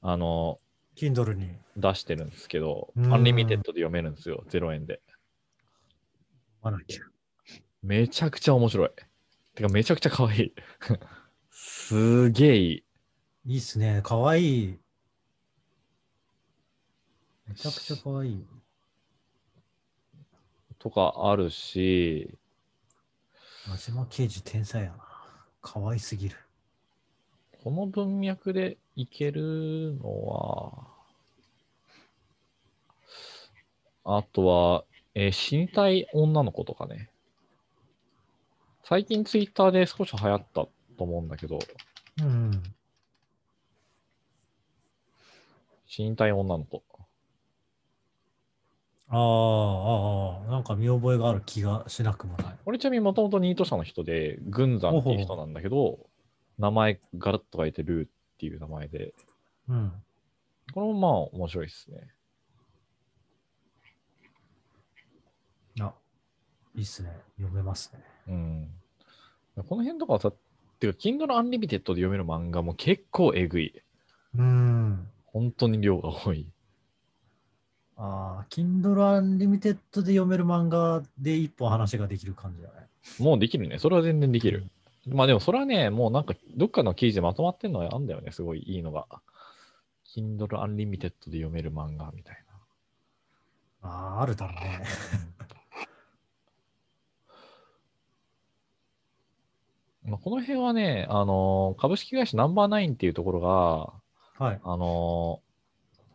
S1: あの、
S2: Kindle に。
S1: 出してるんですけど、
S2: うん
S1: アンリミテッドで読めるんですよ、0円で。
S2: まだ来
S1: めちゃくちゃ面白い。てか、めちゃくちゃ可愛い。 すげえいい。
S2: いいっすね。かわいい。めちゃくちゃかわいい。
S1: とかあるし、
S2: 真島刑事天才やな。かわいすぎる。
S1: この文脈でいけるのは、あとは、えー死にたい女の子とかね。最近ツイッターで少し流行ったと思うんだけど、
S2: うん。
S1: 死にたい女の子。
S2: ああ、ああ、なんか見覚えがある気がしなくもない。
S1: 俺ちなみにもともとニート社の人で、軍山っていう人なんだけど、名前ガラッと書いてルーっていう名前で、
S2: うん。
S1: これもまあ面白いですね。
S2: あ、いいっすね。読めますね。
S1: うん。この辺とかはさ、てか、Kindle Unlimited で読める漫画も結構えぐい。
S2: うん。
S1: 本当に量が多い。
S2: ああ、Kindle Unlimited で読める漫画で一本話ができる感じだね。
S1: もうできるね。それは全然できる。まあでもそれはね、もうなんかどっかの記事でまとまってんのはあんだよね。すごいいいのが。Kindle Unlimited で読める漫画みたい
S2: ああ、あるだろ うね。
S1: な。まあ、この辺はね、あのー株式会社ナンバーナインっていうところが、
S2: はい。
S1: あの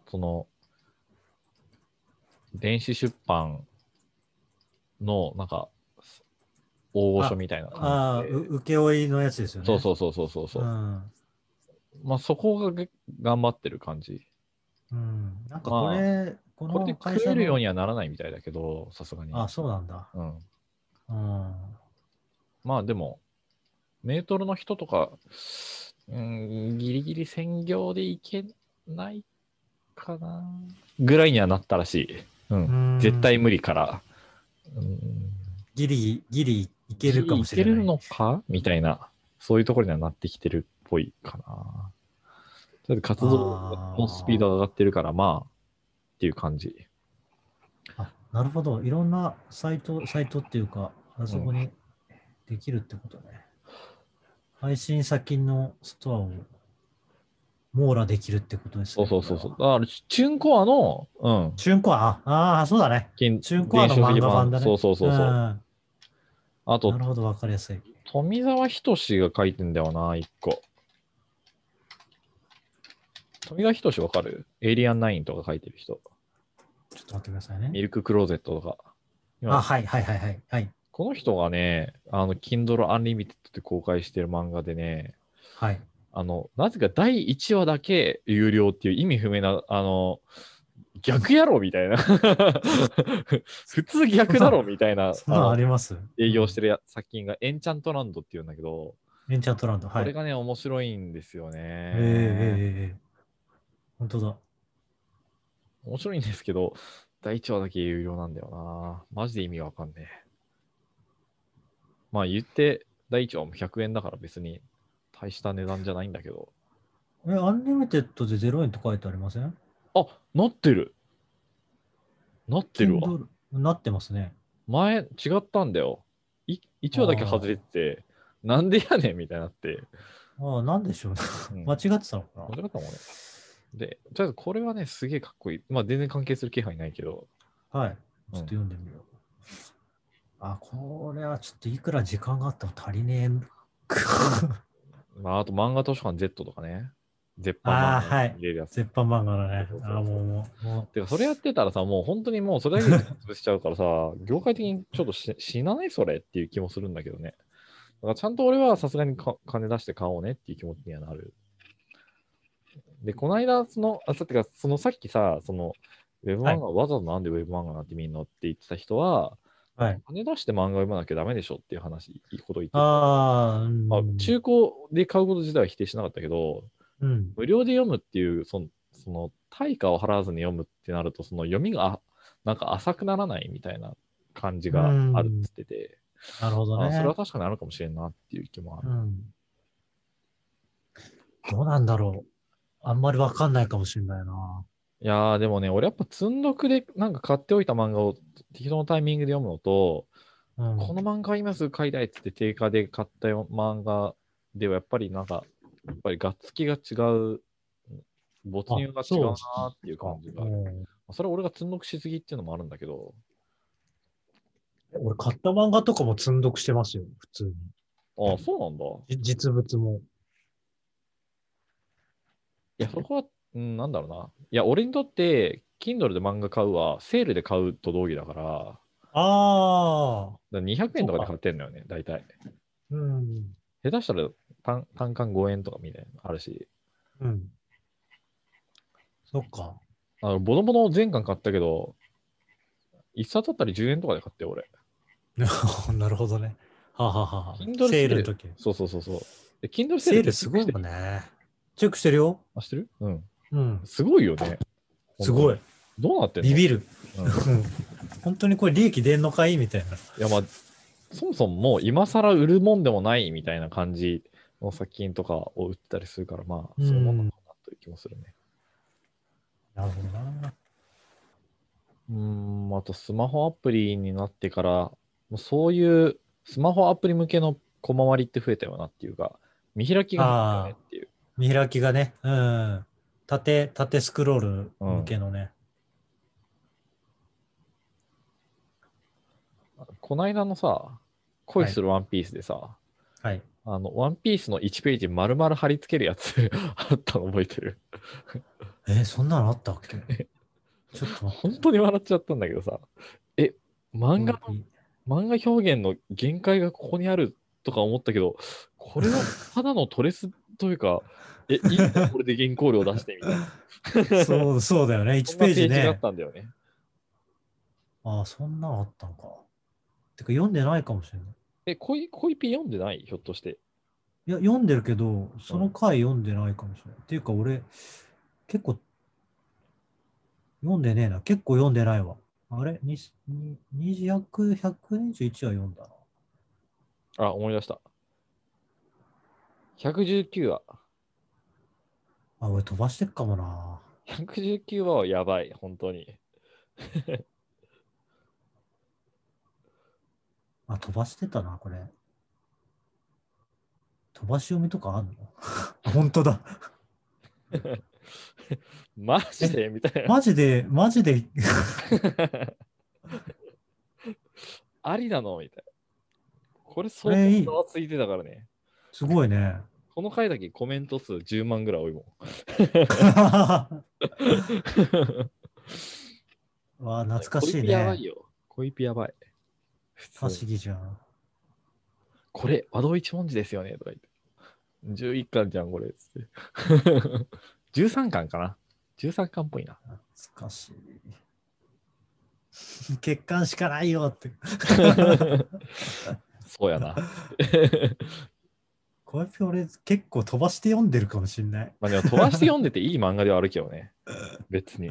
S1: ーその、電子出版の、なんか、大御所みたいな
S2: ああ、
S1: 感じで。
S2: う請負いのやつですよね。
S1: そうそううそうそうそうそう。
S2: ん。
S1: まあそこがげ頑張ってる感じ。
S2: うん。なんかこれ、
S1: こ
S2: こ
S1: れ
S2: の
S1: で
S2: 会
S1: 食
S2: 社
S1: えるよう
S2: の。
S1: にはならないみたいだけど、さすがに。
S2: あ、そうなんだ。
S1: うん。
S2: うん。
S1: まあでも、メートルの人とか、うん、ギリギリ専業でいけないかな。ぐらいにはなったらしい。うん。
S2: うん
S1: 絶対無理から。うん、
S2: ギリ、ギリいけるかもしれない。
S1: いけるのかみたいな、そういうところにはなってきてるっぽいかな。とりあえず活動のスピードが上がってるから、まあ、っていう感じ。
S2: あなるほど。いろんなサイト、サイトっていうか、あそこにできるってことね。配信先のストアを網羅できるってことです
S1: そ
S2: ね。
S1: うそうそうそう。
S2: こ
S1: だ
S2: れは。
S1: から、チュンコアの、うん。
S2: チュンコア、ああー、そうだね。
S1: チ
S2: チュンコアの漫画版だね。
S1: そうそうそうそう。
S2: ん
S1: あと
S2: なる、ほど、わかりやすい。
S1: 富澤仁が書いてんだよな、一個。富澤仁わかるエイリアン9とか書いてる人。
S2: ちょっと待ってくださいね。
S1: ミルククローゼットとか。今
S2: あ、はいはいはいはい。はい。
S1: この人がね、あの、Kindle Unlimited で公開してる漫画でね、
S2: はい、
S1: あの、なぜか第1話だけ有料っていう意味不明な、あの、逆やろみたいな。 普通逆だろみたいな
S2: そんなのあ
S1: あの
S2: ります
S1: 営業してる作品がエンチャントランドっていうんだけど、
S2: エンチャントランド。は
S1: こ
S2: い。
S1: れ
S2: え
S1: がね、面白いんですよ
S2: え
S1: ね。
S2: ええええ本当だ。
S1: 面白いんですけど、第1話だけ有料なんだよな。マジで意味わかんねえ。まあ言って、第1話も100円だから別に大した値段じゃないんだけど。
S2: え、アンリミテッドで0円と書いてありません
S1: あ、なってるなってるわ。
S2: Kindle なってますね。
S1: 前、違ったんだよ。い1話だけ外れてて、なんでやねんみたいになって。
S2: ああ、なんでしょうね。
S1: うん
S2: 間違ってたのかな
S1: 間違ったもんね。で、とりあえずこれはね、すげえかっこいい。まあ全然関係する気配ないけど。
S2: はい。ちょっと読んでみよう。あ、これはちょっといくら時間があっても足りねえ。
S1: まああと漫画図書館 Z とかね。絶版
S2: あー
S1: 漫画
S2: はい
S1: に入れるやつ。
S2: 絶版漫画だね
S1: そう。そうそう
S2: あもう、もう、も
S1: てか、それやってたらさ、もう本当にもうそれだけで潰しちゃうから さ、業界的にちょっとし死なないそれっていう気もするんだけどね。だからちゃんと俺はさすがにか金出して買おうねっていう気持ちにはなる。で、この間、その、あ、さてか、そのさっきさ、その、ウェブ漫画、わざとなんでウェブ漫画なんて見んのって言ってた人は、
S2: う。はい。
S1: 金出して漫画読まなきゃダメでしょっていう話、いいこと言ってた。
S2: ああ、うん
S1: まあ、中古で買うこと自体は否定しなかったけど、
S2: うん。
S1: 無料で読むっていうそのその対価を払わずに読むってなるとその読みがあなんか浅くならないみたいな感じがあるって言ってて、
S2: なるほど
S1: あそ
S2: ね
S1: れは。確かにあるかもしれんなっていう気もあ
S2: う
S1: る、
S2: ん。どうなんだろう。あんまりわかんないかもしれないな。
S1: いやーでもね俺やっぱ積んどくでなんか買っておいた漫画を適当なタイミングで読むのと、
S2: うん、
S1: この漫画今すぐ買いたいっつって定価で買ったよ漫画ではやっぱりなんかやっぱりがっつきが違う没入が違うなーっていう感じがあるま
S2: うん
S1: あそれは俺が積んどくしすぎっていうのもあるんだけど
S2: 俺買った漫画とかも積んどくしてますよ、普通に。
S1: ああそうなんだ
S2: じ実物も。
S1: いや、そこは、うん、なんだろうな。いや、俺にとって、Kindle で漫画買うは、セールで買うと同義だから、だか
S2: ああ。
S1: ら200円とかで買ってんだよね、大体。
S2: うん。
S1: 下手したら単、単価5円とかみたいなのあるし、
S2: うん。そっか。
S1: あのボノボノ全巻買ったけど、1冊あったり10円とかで買って、俺。
S2: なるほどね。はあはあはあはあ。
S1: Kindle
S2: セールの時。
S1: そうそうそうそう。で Kindle セー
S2: セ
S1: ルっ
S2: ー
S1: て
S2: ルすごいもん
S1: ね。
S2: ね。チェックしてるよ。
S1: あ、してるうん。
S2: うん。
S1: すごいよね。
S2: すごい。。
S1: どうなってんの
S2: ビビる。
S1: うん
S2: うん本当にこれ利益出んのかいみたいな。
S1: いやまあそもそももう今更売るもんでもないみたいな感じの作品とかを売ったりするからまあ
S2: うん
S1: そういうもんなのかなという気もするね。
S2: なるほどな。
S1: うんあとスマホアプリになってからもうそういうスマホアプリ向けの小回りって増えたよなっていうか見開きが増えたよねっていう。
S2: 見開きがね、うん。縦、縦スクロール向けのね。
S1: こないだのさ恋するワンピースでさ、
S2: はい。
S1: あのワンピースの1ページ丸々貼り付けるやつ あったの覚えてる
S2: えーそんなのあったっ けちょっと待って。
S1: 本当に笑っちゃったんだけどさえ漫画の漫画表現の限界がここにあるとか思ったけど、こ れはただのトレスというか、え、いいのこれで原稿料出してみたいな。
S2: そう、そうだよね。1
S1: そんな
S2: ペー
S1: ペ
S2: ジ
S1: ージがあっ
S2: ね。
S1: たんだよね。
S2: ああ、そんなのあったのか。てか読んでないかもしれない。
S1: え、恋、恋ピ読んでないひょっとして。
S2: いや、読んでるけど、その回読んでないかもしれない。っていうか、俺、結構、読んでねえな。結構読んでないわ。あれにに ?200、121は読んだな。
S1: あ、思い出した。119話。
S2: あ、俺飛ばしてっかもな。
S1: 119話はやばい、本当に。
S2: あ、飛ばしてたな、これ。飛ばし読みとかあんの 本当だ。
S1: マジでみたいな。
S2: マジで、マジで、
S1: ありなのみたいな。これ
S2: こ
S1: 相
S2: れい
S1: 当
S2: い
S1: ざわついてたからね。
S2: すごい ね。
S1: この回だけコメント数10万ぐらい多いもん。
S2: わあ、懐かし
S1: 恋ピ
S2: い
S1: やばい
S2: ね。
S1: よ。恋ピやばい。普
S2: 不思
S1: 通に
S2: 議じゃん。
S1: これ、和道一文字ですよねとか言って。11巻じゃん、これ。つって13巻かな。13巻っぽいな。
S2: 懐かしい。血管しかないよって。
S1: そうやな。
S2: これ俺結構飛ばして読んでるかもしんない。
S1: まあでも飛ばして読んでていい漫画ではあるけどね。別に。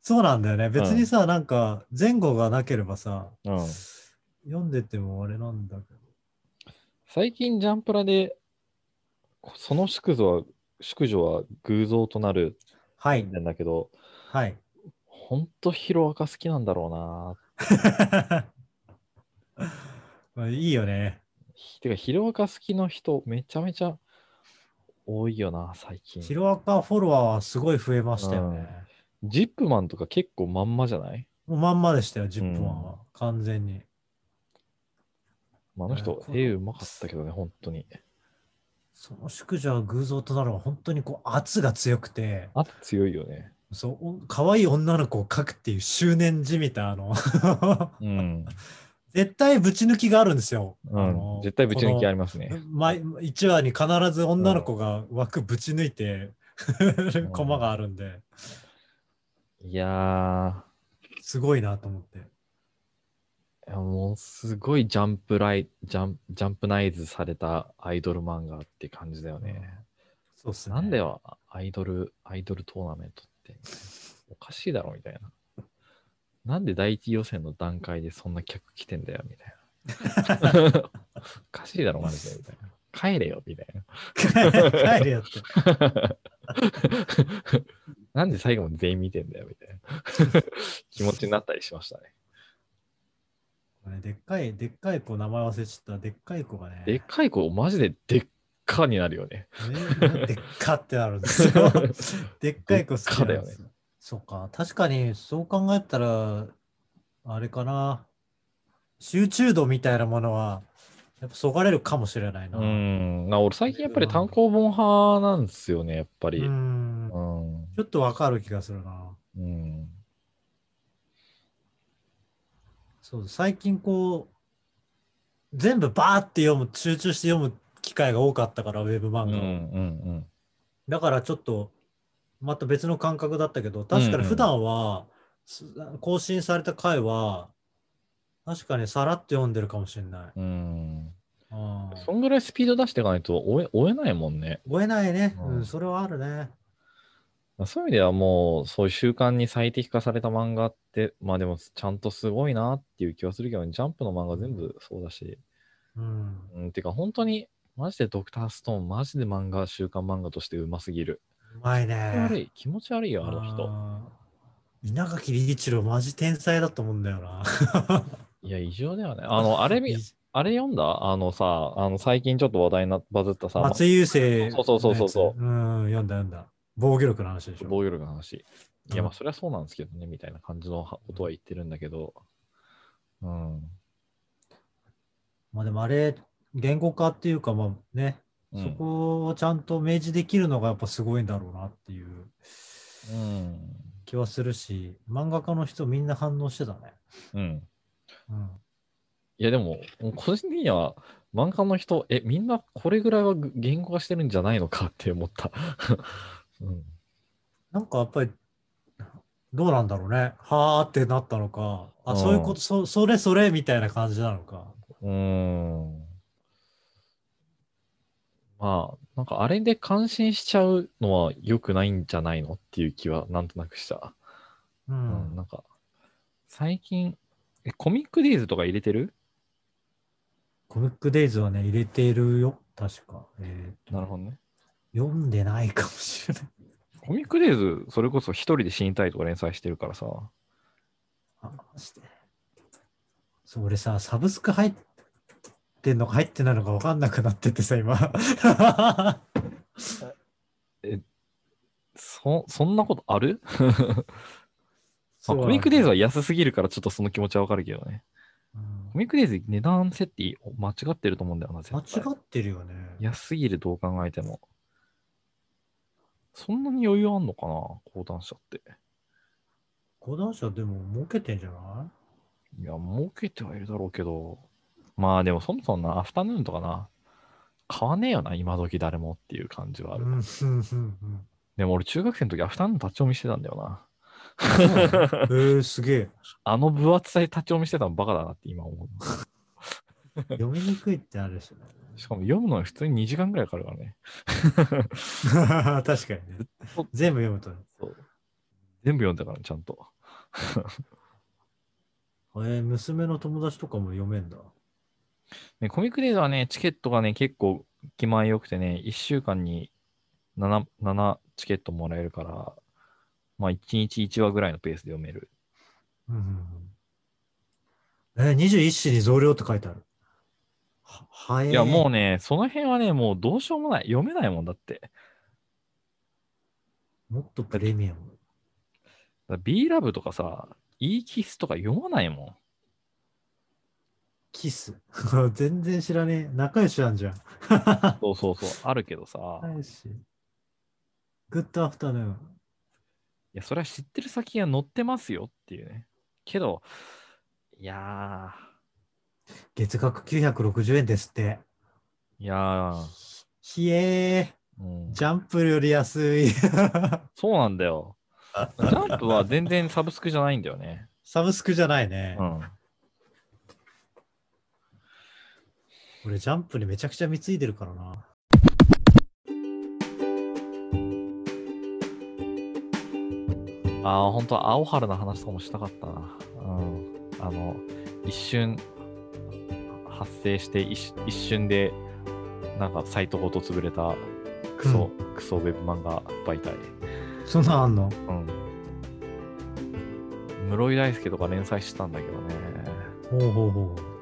S2: そうなんだよね。別にさ、なんか前後がなければさ、
S1: うん。
S2: 読んでてもあれなんだけど。
S1: 最近ジャンプラで、その宿女は、宿女は偶像となる
S2: はい、
S1: なんだけど、
S2: はい。
S1: ほんとヒロアカ好きなんだろうな。
S2: まあいいよね。
S1: ひてか、ヒロアカ好きの人、めちゃめちゃ多いよな、最近。
S2: ヒロアカフォロワーはすごい増えましたよね。
S1: ジップマンとか結構まんまじゃない
S2: もうまんまでしたよ、ジップマンは。完全に。
S1: まああの人、
S2: うん
S1: 絵うまかったけどね、本当に。
S2: その宿女は偶像となるは本当にこう圧が強くて、
S1: あと強いよね。
S2: そうお可愛い女の子を描くっていう執念じみたあの
S1: うん。
S2: 絶対ぶち抜きがあるんですよ。
S1: う
S2: あ
S1: ん
S2: の、
S1: 絶対ぶち抜きあ
S2: こ
S1: りますね
S2: の。毎1話に必ず女の子が枠ぶち抜いて、
S1: ん
S2: コマがあるんで、
S1: いやー、
S2: すごいなと思って。
S1: いやもうすごいジャンプライジャン、ジャンプナイズされたアイドル漫画って感じだよね。
S2: そうっすね。
S1: なんだよ、アイドル、アイドルトーナメントって。おかしいだろ、みたいな。なんで第一予選の段階でそんな客来てんだよ、みたい な。おかしいだろ、マジで、みたいな。帰れよ、みたいな。
S2: 帰るやつ。
S1: なんで最後まで全員見てんだよ、みたいな。気持ちになったりしましたね。
S2: これでっかい、でっかい子、名前忘れちゃった。でっかい子がね。
S1: でっかい子、マジででっかになるよね。
S2: ねでっかってなるんです よ。でっかい子好きなん
S1: でっかだよ
S2: で
S1: ね
S2: すよ。そうか、確かにそう考えたら、あれかな、集中度みたいなものは、やっぱそがれるかもしれないな。
S1: うーん、な俺最近やっぱり単行本派なんですよね、やっぱり。
S2: う
S1: うん。
S2: んちょっとわかる気がするな。
S1: うん。
S2: そう最近こう、全部バーって読む、集中して読む機会が多かったから、ウェブ
S1: うん。う
S2: 漫
S1: ん。う
S2: 画を。
S1: ん。
S2: だからちょっと、また別の感覚だったけど、確かに普段は、す更新された回は、確かにさらっと読んでるかもしれな
S1: う
S2: い。
S1: ん。
S2: うん、
S1: そんぐらいスピード出していかないと追え追えないもんね。
S2: 追えないね、
S1: うん
S2: うん。それはあるね。
S1: そういう意味ではもう、そういう習慣に最適化された漫画って、まあでも、ちゃんとすごいなっていう気はするけどね、ジャンプの漫画全部そうだし、
S2: うん。
S1: うん、てか本当に、マジでドクターストーン、マジで漫画、週刊漫画としてうますぎる。
S2: うまい
S1: 気持ち悪
S2: ね。
S1: い、気持ち悪いよ、あの人。
S2: 人。稲垣理一郎、マジ天才だと思うんだよな。
S1: いや、異常だよね。あ の、あれ見
S2: い、
S1: あれ読んだあのさ、あの最近ちょっと話題になバズったさ、
S2: 松井優生。。
S1: そうそうそうそうそう
S2: うん、読んだ読んだ。防御力の話でしょ。
S1: 防御力の話。いや、
S2: うん
S1: まあ、そりゃそうなんですけどね、みたいな感じのはことは言ってるんだけど、うん。
S2: まあでもあれ、言語化っていうか、まあね、
S1: うん
S2: そこをちゃんと明示できるのがやっぱすごいんだろうなっていう
S1: うん。
S2: 気はするし、漫画家の人みんな反応してたね。
S1: うん。
S2: うん、
S1: いや、でも、個人的には、漫画の人、え、みんなこれぐらいは言語化してるんじゃ ないのかって思った。うん。
S2: なんかやっぱり、どうなんだろうね。はーってなったのか、
S1: う
S2: あ、
S1: ん
S2: そういうこと、そそれそれみたいな感じなのか。
S1: うーん。まあ、なんかあれで感心しちゃうのは良くないんじゃないのっていう気はなんとなくした。
S2: う。
S1: うんなんか、最近、え、コミックデイズとか入れてる
S2: コミックデイズはね、入れてるよ、確か。えー
S1: なるほどね。
S2: 読んでないかもしれない。
S1: コミックデイズ、それこそ一人で死にたいとか連載してるからさ。
S2: あ、マジで。そう、俺さ、サブスク入ってんのか入ってないのか分かんなくなっててさ、今。
S1: そ、そんなことあ るま
S2: そ
S1: あ
S2: う
S1: コミックデイズは安すぎるからちょっとその気持ちはわかるけどね。
S2: うん
S1: コミックデイズ値段設定間違ってると思うんだよな、絶
S2: 間違
S1: 対
S2: ってるよね。
S1: 安すぎる、どう考えても。そんなに余裕あんのかな、講談社って。
S2: 講談社でも儲けてんじゃない
S1: いや、儲けてはいるだろうけど。まあでもそもそもな、アフタヌーンとかな、買わねえよな、今時誰もっていう感じはある。
S2: うん、うん、うん うん。
S1: でも俺中学生の時アフタヌーン立ち読みしてたんだよな。
S2: そうなのえー、すげえ。
S1: あの分厚さで立ち読みしてたのバカだなって今思う。
S2: 読みにくいってあるしね。
S1: しかも読むのに普通に2時間ぐらいかかるからね。
S2: 確かにね
S1: そう。
S2: 全部読むとね。
S1: そう全部読んだから、ちゃんと。
S2: えー娘の友達とかも読めんだ。
S1: ね、コミックデイズはね、チケットがね、結構気前よくてね、1週間に 7, 7チケットもらえるから、まあ1日1話ぐらいのペースで読める。
S2: うんうんうん、えー、21紙に増量って書いてある。は、はい
S1: や、もうね、その辺はね、もうどうしようもない。読めないもんだって。だか
S2: もっとプレミアム。
S1: ら B ラブとかさ、E キスとか読まないもん。
S2: キス。 全然知らねえ。仲良しなんじゃん。
S1: そうそうそう、あるけどさ、い、
S2: 仲良し。グッドアフタヌーン。
S1: や、それは知ってる先が載ってますよっていうね。けど、いや
S2: 月額960円ですって。
S1: ー、いや
S2: ひえ
S1: ー、うん
S2: ー。ジャンプより安い。
S1: そうなんだよ。ジャンプは全然サブスクじゃないんだよね。
S2: サブスクじゃないね。
S1: うん。
S2: 俺、ジャンプにめちゃくちゃ貢いでるからな。
S1: ああ、本当は青春の話とかもしたかったな。うん。あの、一瞬発生して、一一瞬で、なんかサイトごと潰れたクソ、クソウェブ漫画媒体。
S2: そんなんあんの
S1: うん。室井大輔とか連載してたんだけどね。
S2: ほうほうほう。